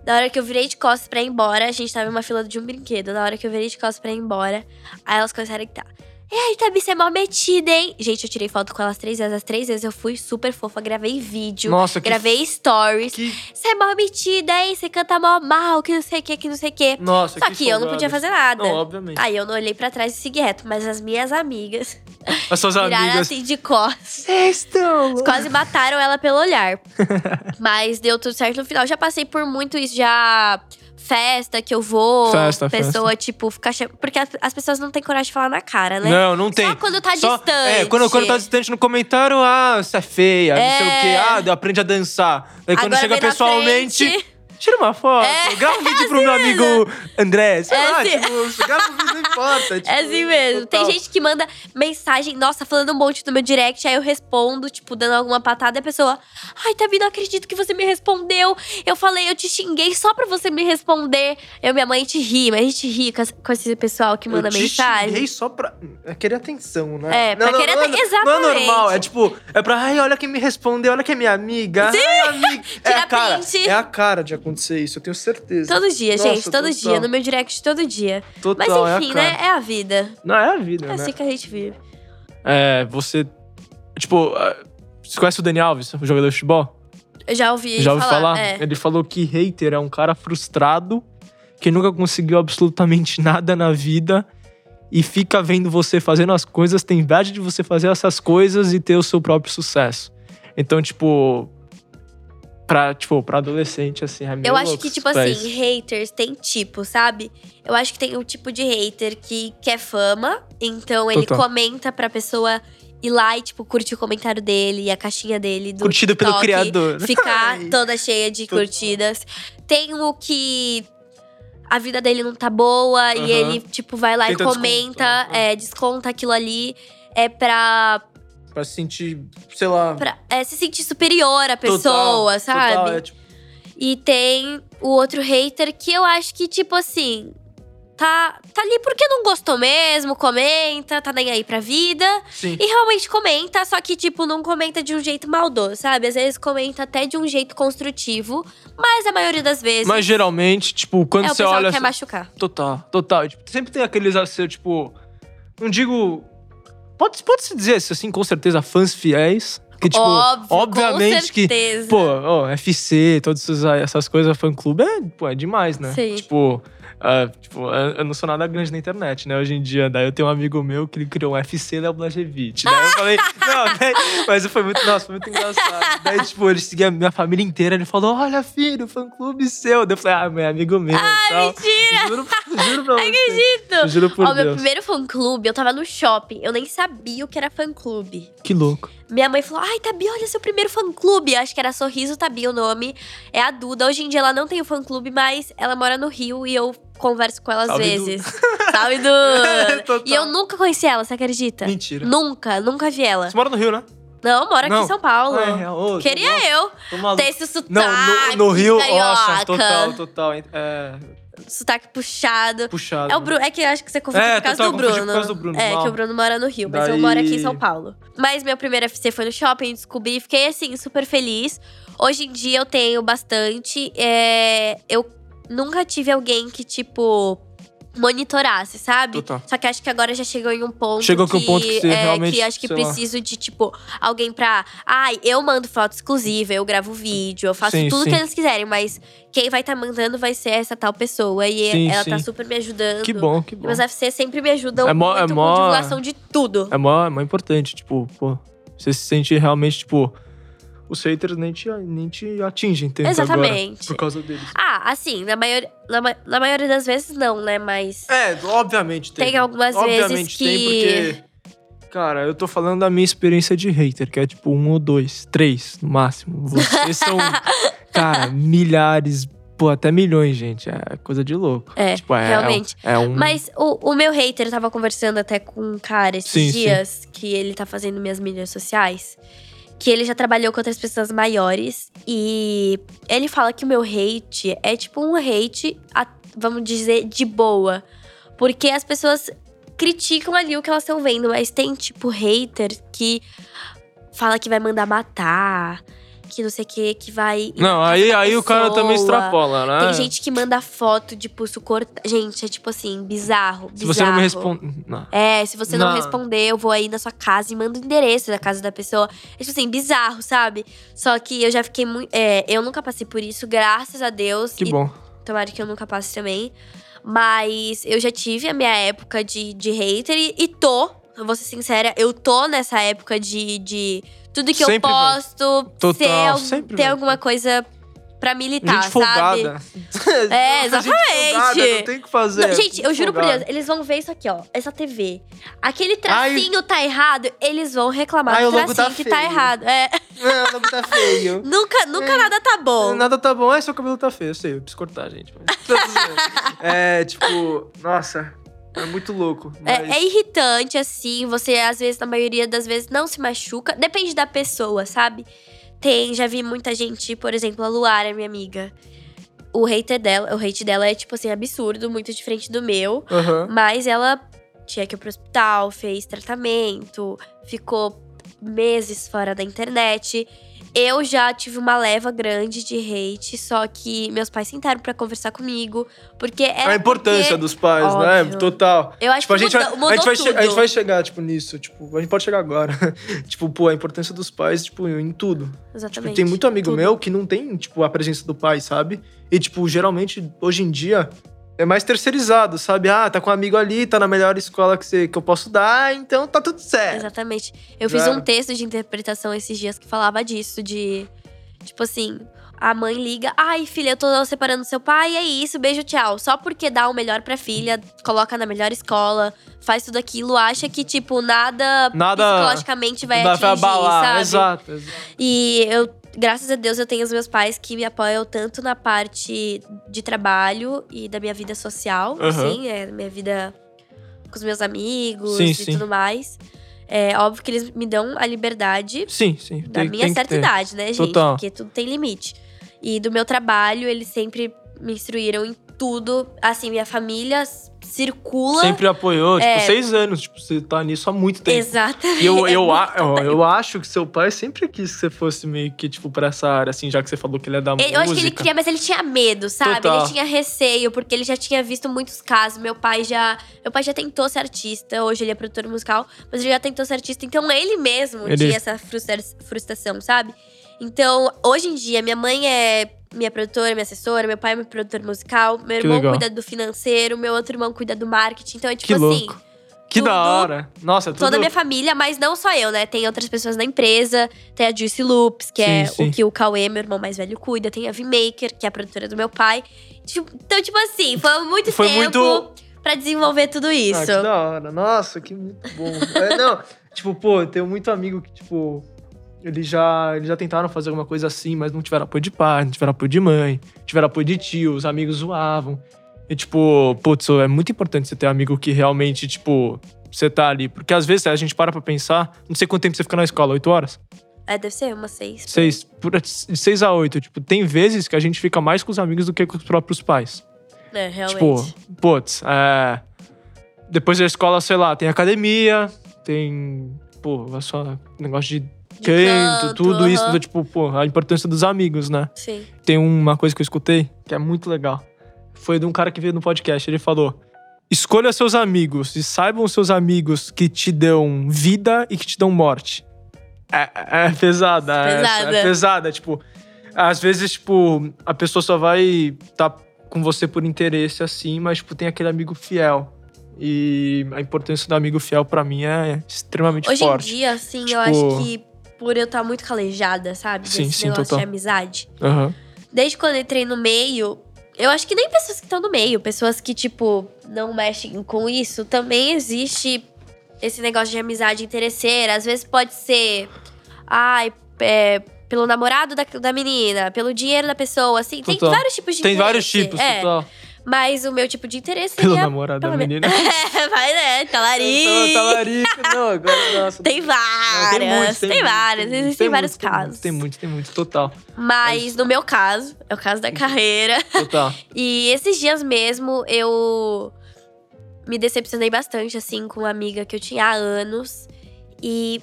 Speaker 2: Na hora que eu virei de costas pra ir embora, a gente tava em uma fila de um brinquedo. Na hora que eu virei de costas pra ir embora, aí elas começaram a gritar. E aí, Tabi, você é mal metida, hein? Gente, eu tirei foto com elas três vezes. As três vezes eu fui super fofa, gravei vídeo,
Speaker 1: Nossa, que.
Speaker 2: gravei stories.
Speaker 1: que-
Speaker 2: Você é mal metida, hein? Você canta mal mal, que não sei o que, que não sei o que.
Speaker 1: Nossa,
Speaker 2: Só que eu não
Speaker 1: folgada.
Speaker 2: podia fazer nada.
Speaker 1: Não, obviamente.
Speaker 2: Aí eu não olhei pra trás e segui reto, mas as minhas amigas
Speaker 1: As suas
Speaker 2: viraram
Speaker 1: amigas.
Speaker 2: assim de costas.
Speaker 1: Vocês estão.
Speaker 2: Quase mataram ela pelo olhar. Mas deu tudo certo no final. Já passei por muito isso, já. Festa que eu vou.
Speaker 1: Festa,
Speaker 2: pessoa, tipo, ficar. cha- Porque as- as pessoas não têm coragem de falar na cara, né?
Speaker 1: Não, não tem.
Speaker 2: Só quando tá
Speaker 1: Só-
Speaker 2: distante.
Speaker 1: É, quando, quando tá distante no comentário, ah, você é feia, não sei o quê. Ah, aprende a dançar. Daí quando
Speaker 2: É. Agora
Speaker 1: chega
Speaker 2: vem na
Speaker 1: pessoalmente,
Speaker 2: frente.
Speaker 1: tira uma foto,
Speaker 2: É,
Speaker 1: grava um vídeo pro meu amigo André. Sei
Speaker 2: É
Speaker 1: lá,
Speaker 2: assim.
Speaker 1: tipo, grava um vídeo, não importa. Tipo,
Speaker 2: É assim mesmo. Tem
Speaker 1: total.
Speaker 2: gente que manda mensagem, nossa, falando um monte no meu direct, aí eu respondo, tipo, dando alguma patada, e a pessoa, ai, Tabi, não acredito que você me respondeu. Eu falei, eu te xinguei só pra você me responder. Eu e minha mãe, a gente ri, mas a gente ri com, as- com esse pessoal que manda
Speaker 1: eu te
Speaker 2: mensagem.
Speaker 1: xinguei só pra é querer atenção, né?
Speaker 2: É, pra querer
Speaker 1: não,
Speaker 2: aten-
Speaker 1: Não é
Speaker 2: exatamente.
Speaker 1: normal, é tipo, é pra, ai, olha quem me respondeu, olha quem é minha amiga. Sim. Ai, amiga. É
Speaker 2: Tira
Speaker 1: a cara,
Speaker 2: print.
Speaker 1: é a cara de acontecer isso, eu tenho certeza.
Speaker 2: Todo dia,
Speaker 1: Nossa,
Speaker 2: gente, todo
Speaker 1: total.
Speaker 2: dia, no meu direct todo dia. Mas
Speaker 1: Total, é a
Speaker 2: enfim,
Speaker 1: cara.
Speaker 2: né? É a vida.
Speaker 1: Não, é a vida,
Speaker 2: É
Speaker 1: né?
Speaker 2: assim que a gente vive.
Speaker 1: É, você. Tipo, ah, você conhece o Dani Alves, o jogador de futebol?
Speaker 2: Eu já ouvi
Speaker 1: Já ouviu falar?
Speaker 2: É.
Speaker 1: Ele falou que hater é um cara frustrado que nunca conseguiu absolutamente nada na vida e fica vendo você fazendo as coisas, tem inveja de você fazer essas coisas e ter o seu próprio sucesso. Então, tipo. Pra, tipo, pra adolescente, assim, é meio
Speaker 2: Eu acho
Speaker 1: louco
Speaker 2: que,
Speaker 1: esses
Speaker 2: tipo
Speaker 1: pés.
Speaker 2: assim, haters tem tipo, sabe? Eu acho que tem um tipo de hater que quer fama, então ele
Speaker 1: Total.
Speaker 2: comenta pra pessoa ir lá e, tipo, curtir o comentário dele e a caixinha dele do
Speaker 1: Curtido pelo
Speaker 2: TikTok,
Speaker 1: criador. né?
Speaker 2: Ficar
Speaker 1: Ai.
Speaker 2: toda cheia de
Speaker 1: Total.
Speaker 2: curtidas. Tem o que a vida dele não tá boa
Speaker 1: Aham.
Speaker 2: e ele, tipo, vai lá
Speaker 1: Tenta
Speaker 2: e comenta,
Speaker 1: descontar.
Speaker 2: é, desconta aquilo ali. É pra,
Speaker 1: Pra se sentir, sei lá.
Speaker 2: pra é, se sentir superior à
Speaker 1: total,
Speaker 2: pessoa, sabe?
Speaker 1: total, é, tipo,
Speaker 2: E tem o outro hater que eu acho que, tipo assim, tá, tá ali porque não gostou mesmo, comenta, tá nem aí pra vida.
Speaker 1: sim.
Speaker 2: E realmente comenta, só que, tipo, não comenta de um jeito maldoso, sabe? Às vezes comenta até de um jeito construtivo, mas a maioria das vezes
Speaker 1: Mas geralmente, tipo, quando
Speaker 2: é o
Speaker 1: você
Speaker 2: pessoal
Speaker 1: olha.
Speaker 2: que quer machucar.
Speaker 1: Total, total. E, tipo, sempre tem aqueles assim, tipo. Não digo. Pode, pode se dizer, assim, com certeza, fãs fiéis. Que, tipo,
Speaker 2: Óbvio,
Speaker 1: obviamente
Speaker 2: com
Speaker 1: que.
Speaker 2: certeza.
Speaker 1: Pô, ó, FC, todas essas, essas coisas, fã clube é, pô, é demais, né?
Speaker 2: Sim.
Speaker 1: Tipo, ah, tipo, eu eu não sou nada grande na internet, né? Hoje em dia, daí eu tenho um amigo meu que ele criou um FC Léo Blagevich. Daí eu falei, não, daí, mas foi muito, nossa, foi muito engraçado. Daí, tipo, ele seguia a minha família inteira, ele falou: olha, filho, fã clube seu. Daí eu falei, ah, meu, é amigo meu. Ah, mentira! Juro, juro pra você.
Speaker 2: Acredito!
Speaker 1: Juro por
Speaker 2: Ó, meu
Speaker 1: Deus.
Speaker 2: primeiro fã-clube, eu tava no shopping, eu nem sabia o que era fã-clube.
Speaker 1: Que louco.
Speaker 2: Minha mãe falou: Ai, Tabi, olha seu primeiro fã-clube. Acho que era Sorriso Tabi o nome. É a Duda. Hoje em dia ela não tem o fã-clube, mas ela mora no Rio e eu converso com ela às
Speaker 1: Salve, Du.
Speaker 2: vezes. Salve, Duda!
Speaker 1: Total.
Speaker 2: e eu nunca conheci ela, você acredita?
Speaker 1: Mentira.
Speaker 2: Nunca, nunca vi ela.
Speaker 1: Você mora no Rio, né?
Speaker 2: Não, mora aqui
Speaker 1: Não.
Speaker 2: em São Paulo.
Speaker 1: É, real. Ô, tô
Speaker 2: Queria
Speaker 1: maluco,
Speaker 2: eu
Speaker 1: tô maluco.
Speaker 2: ter esse sotaque.
Speaker 1: Não, no, no Rio, nossa,
Speaker 2: carioca,
Speaker 1: total, total. É,
Speaker 2: Sotaque puxado.
Speaker 1: puxado.
Speaker 2: É, o Bru- é que eu acho que você confundiu
Speaker 1: É,
Speaker 2: por causa
Speaker 1: total,
Speaker 2: do
Speaker 1: confundi
Speaker 2: Bruno.
Speaker 1: por causa do Bruno,
Speaker 2: é,
Speaker 1: mal.
Speaker 2: que o Bruno mora no Rio, mas eu
Speaker 1: Daí-
Speaker 2: moro aqui em São Paulo. Mas meu primeiro FC foi no shopping, descobri, fiquei assim, super feliz. Hoje em dia eu tenho bastante. é, eu nunca tive alguém que, tipo, monitorasse, sabe?
Speaker 1: Total.
Speaker 2: Só que acho que agora já chegou em um ponto.
Speaker 1: Chegou que o ponto que você
Speaker 2: é,
Speaker 1: realmente,
Speaker 2: Que acho que
Speaker 1: sei lá.
Speaker 2: preciso de, tipo, alguém pra. Ai, eu mando foto exclusiva, eu gravo vídeo, eu faço
Speaker 1: Sim,
Speaker 2: tudo
Speaker 1: sim.
Speaker 2: que eles quiserem, mas quem vai estar mandando vai ser essa tal pessoa. E
Speaker 1: Sim,
Speaker 2: ela tá
Speaker 1: sim.
Speaker 2: super me ajudando.
Speaker 1: Que bom, que
Speaker 2: E
Speaker 1: bom.
Speaker 2: meus FC sempre me ajudam
Speaker 1: É mó-
Speaker 2: muito
Speaker 1: é
Speaker 2: com
Speaker 1: mó-
Speaker 2: divulgação de tudo.
Speaker 1: É mó, é mó importante, tipo, pô, você se sente realmente, tipo, os haters nem te, nem te atingem, entendeu?
Speaker 2: Exatamente.
Speaker 1: por causa deles.
Speaker 2: Ah, assim, na, maior, na, ma- na maioria das vezes não, né? Mas
Speaker 1: É, obviamente
Speaker 2: tem algumas vezes
Speaker 1: obviamente
Speaker 2: que.
Speaker 1: tem, porque. Cara, eu tô falando da minha experiência de hater, que é tipo um ou dois, três no máximo. Vocês são, cara, milhares, pô, até milhões, gente. É coisa de louco.
Speaker 2: É,
Speaker 1: Tipo, é,
Speaker 2: realmente.
Speaker 1: É um.
Speaker 2: Mas o, o meu hater, eu tava conversando até com um cara esses
Speaker 1: Sim, sim.
Speaker 2: dias, que ele tá fazendo minhas mídias sociais, que ele já trabalhou com outras pessoas maiores. E ele fala que o meu hate é tipo um hate, a- vamos dizer, de boa. Porque as pessoas criticam ali o que elas estão vendo, mas tem tipo hater que fala que vai mandar matar, que não sei o que, que vai. ir
Speaker 1: Não,
Speaker 2: na
Speaker 1: aí,
Speaker 2: casa da
Speaker 1: aí o cara também
Speaker 2: pessoa.
Speaker 1: extrapola, né?
Speaker 2: Tem gente que manda foto de pulso cortado. Gente, é tipo assim, bizarro.
Speaker 1: Se você não me
Speaker 2: bizarro.
Speaker 1: responde. Não.
Speaker 2: É, se você não,
Speaker 1: Não.
Speaker 2: responder, eu vou aí na sua casa e mando o endereço da casa da pessoa. É tipo assim, bizarro, sabe? Só que eu já fiquei muito. É, eu nunca passei por isso, graças a Deus.
Speaker 1: Que
Speaker 2: e
Speaker 1: bom.
Speaker 2: tomara que eu nunca passe também. Mas eu já tive a minha época de, de hater e, e tô. Eu vou ser sincera, eu tô nessa época de. de tudo que
Speaker 1: Sempre
Speaker 2: eu
Speaker 1: vai.
Speaker 2: posto,
Speaker 1: Total,
Speaker 2: ter, al-
Speaker 1: sempre
Speaker 2: ter
Speaker 1: vai.
Speaker 2: alguma coisa pra militar,
Speaker 1: gente
Speaker 2: Tá, sabe?
Speaker 1: folgada.
Speaker 2: É,
Speaker 1: Nossa, Gente folgada,
Speaker 2: exatamente.
Speaker 1: não tem o que fazer.
Speaker 2: Não, gente, eu juro por
Speaker 1: folgada.
Speaker 2: Deus, eles vão ver isso aqui, ó. Essa TV. Aquele tracinho tá errado, eles vão reclamar
Speaker 1: Ai,
Speaker 2: do
Speaker 1: o logo
Speaker 2: tracinho
Speaker 1: tá
Speaker 2: que tá
Speaker 1: feio. É.
Speaker 2: errado. É,
Speaker 1: Não, o logo tá feio.
Speaker 2: nunca nunca nada tá bom.
Speaker 1: Nada tá bom. Ah, seu cabelo tá feio. Eu sei, eu preciso cortar, gente. mas- Tá tudo bem. é, tipo, nossa, é muito louco.
Speaker 2: É,
Speaker 1: mas-
Speaker 2: é irritante, assim. Você, às vezes, na maioria das vezes, não se machuca. Depende da pessoa, sabe? Tem, já vi muita gente, por exemplo, a Luara, minha amiga. O hater dela, o hate dela é, tipo assim, absurdo, muito diferente do meu.
Speaker 1: Aham.
Speaker 2: Mas ela tinha que ir pro hospital, fez tratamento, ficou meses fora da internet. Eu já tive uma leva grande de hate, só que meus pais sentaram pra conversar comigo, porque era
Speaker 1: A importância
Speaker 2: É porque-
Speaker 1: dos pais, né?
Speaker 2: Óbvio.
Speaker 1: Total.
Speaker 2: Eu acho
Speaker 1: Tipo, a
Speaker 2: que
Speaker 1: gente,
Speaker 2: muda-
Speaker 1: vai,
Speaker 2: mudou
Speaker 1: a, gente vai che-
Speaker 2: tudo.
Speaker 1: a gente vai chegar, tipo, nisso. Tipo, a gente pode chegar agora. tipo, pô, a importância dos pais, tipo, em tudo. Tipo,
Speaker 2: Exatamente.
Speaker 1: tem muito amigo
Speaker 2: Tudo.
Speaker 1: meu que não tem, tipo, a presença do pai, sabe? E, tipo, geralmente, hoje em dia, é mais terceirizado, sabe? Ah, tá com um amigo ali, tá na melhor escola que, você, que eu posso dar, então tá tudo certo.
Speaker 2: Exatamente. Eu fiz
Speaker 1: Já
Speaker 2: um
Speaker 1: era.
Speaker 2: texto de interpretação esses dias que falava disso, de. Tipo assim, a mãe liga, ai, filha, eu tô separando seu pai, é isso, beijo, tchau. Só porque dá o melhor pra filha, coloca na melhor escola, faz tudo aquilo, acha que, tipo, nada,
Speaker 1: Nada-
Speaker 2: psicologicamente vai
Speaker 1: Não dá
Speaker 2: atingir,
Speaker 1: pra abalar.
Speaker 2: sabe?
Speaker 1: Exato, exato.
Speaker 2: E eu, graças a Deus, eu tenho os meus pais que me apoiam tanto na parte de trabalho e da minha vida social,
Speaker 1: Aham.
Speaker 2: assim, é, minha vida com os meus amigos
Speaker 1: Sim,
Speaker 2: e
Speaker 1: sim.
Speaker 2: tudo mais. É óbvio que eles me dão a liberdade
Speaker 1: Sim, sim.
Speaker 2: da
Speaker 1: tem-
Speaker 2: minha
Speaker 1: tem que
Speaker 2: certa
Speaker 1: ter.
Speaker 2: idade, né, gente?
Speaker 1: Total.
Speaker 2: Porque tudo tem limite. E do meu trabalho, eles sempre me instruíram em tudo. Assim, minha família s- circula.
Speaker 1: Sempre apoiou,
Speaker 2: É.
Speaker 1: tipo, seis anos. Tipo, você tá nisso há muito tempo.
Speaker 2: Exatamente.
Speaker 1: E eu,
Speaker 2: É
Speaker 1: eu, a- eu, eu acho que seu pai sempre quis que você fosse meio que, tipo, pra essa área, assim, já que você falou que ele é da
Speaker 2: Ele-
Speaker 1: música.
Speaker 2: eu acho que ele queria, mas ele tinha medo, sabe?
Speaker 1: Total.
Speaker 2: Ele tinha receio, porque ele já tinha visto muitos casos. Meu pai já. Meu pai já tentou ser artista, hoje ele é produtor musical, mas ele já tentou ser artista. Então ele mesmo
Speaker 1: Ele-
Speaker 2: tinha essa frustra- frustração, sabe? Então, hoje em dia, minha mãe é minha produtora, minha assessora, meu pai é meu produtor musical, meu
Speaker 1: Que
Speaker 2: irmão
Speaker 1: legal.
Speaker 2: cuida do financeiro, meu outro irmão cuida do marketing. Então é tipo
Speaker 1: Que
Speaker 2: assim.
Speaker 1: louco. Que
Speaker 2: tudo-
Speaker 1: da hora. Nossa, tudo...
Speaker 2: Toda a minha família, mas não só eu, né? Tem outras pessoas na empresa, tem a Juicy Loops, que é
Speaker 1: Sim, sim.
Speaker 2: o que o Cauê, meu irmão mais velho, cuida. Tem a V-Maker, que é a produtora do meu pai. Tipo, então, tipo assim, foi muito
Speaker 1: Foi
Speaker 2: tempo
Speaker 1: muito-
Speaker 2: pra desenvolver tudo
Speaker 1: Ah,
Speaker 2: isso.
Speaker 1: que da hora. Nossa, que muito bom. É, não, tipo, pô, eu tenho muito amigo que, tipo, eles já, eles já tentaram fazer alguma coisa assim, mas não tiveram apoio de pai, não tiveram apoio de mãe, tiveram apoio de tio, os amigos zoavam. E, tipo, putz, é muito importante você ter amigo que realmente, tipo, você tá ali. Porque às vezes a gente para pra pensar, não sei quanto tempo você fica na escola, oito horas?
Speaker 2: É, deve ser uma seis.
Speaker 1: seis, por, de seis a oito. Tipo, tem vezes que a gente fica mais com os amigos do que com os próprios pais.
Speaker 2: É, realmente.
Speaker 1: Tipo, putz, é. Depois da escola, sei lá, tem academia, tem. Pô, é só negócio de,
Speaker 2: De
Speaker 1: canto,
Speaker 2: canto,
Speaker 1: tudo isso.
Speaker 2: aham.
Speaker 1: do Tipo, pô, a importância dos amigos, né?
Speaker 2: Sim.
Speaker 1: Tem uma coisa que eu escutei que é muito legal. Foi de um cara que veio no podcast. Ele falou: escolha seus amigos e saibam os seus amigos que te dão vida e que te dão morte. É, é pesada. Pesada.
Speaker 2: Pesada.
Speaker 1: É, pesada. Tipo, às vezes, tipo, a pessoa só vai estar com você por interesse assim, mas, tipo, tem aquele amigo fiel. E a importância do amigo fiel pra mim é extremamente
Speaker 2: Hoje
Speaker 1: forte.
Speaker 2: em dia, assim,
Speaker 1: Tipo-
Speaker 2: eu acho que por eu estar muito calejada, sabe?
Speaker 1: Sim,
Speaker 2: Desse
Speaker 1: sim,
Speaker 2: negócio
Speaker 1: total.
Speaker 2: de amizade.
Speaker 1: Aham.
Speaker 2: desde quando eu entrei no meio, eu acho que nem pessoas que estão no meio, pessoas que, tipo, não mexem com isso, também existe esse negócio de amizade interesseira. Às vezes pode ser. Ai, é, pelo namorado da, da menina, pelo dinheiro da pessoa, assim. Tem
Speaker 1: Total.
Speaker 2: vários tipos de
Speaker 1: Tem
Speaker 2: interesse.
Speaker 1: vários tipos,
Speaker 2: É,
Speaker 1: total.
Speaker 2: mas o meu tipo de interesse
Speaker 1: Pelo É,
Speaker 2: é.
Speaker 1: namorado da
Speaker 2: pelo menos-
Speaker 1: menina.
Speaker 2: É, vai, né? Talarico.
Speaker 1: Não, talarico, não, agora, nossa.
Speaker 2: Tem várias.
Speaker 1: Não,
Speaker 2: tem,
Speaker 1: tá muito, muito,
Speaker 2: várias.
Speaker 1: muito,
Speaker 2: Existem
Speaker 1: tem
Speaker 2: vários
Speaker 1: muito, tem muito,
Speaker 2: casos.
Speaker 1: Tem muito, tem muito, total.
Speaker 2: Mas no meu caso, é o caso
Speaker 1: Uhum.
Speaker 2: da carreira.
Speaker 1: Total.
Speaker 2: E esses dias mesmo eu me decepcionei bastante, assim, com uma amiga que eu tinha há anos. E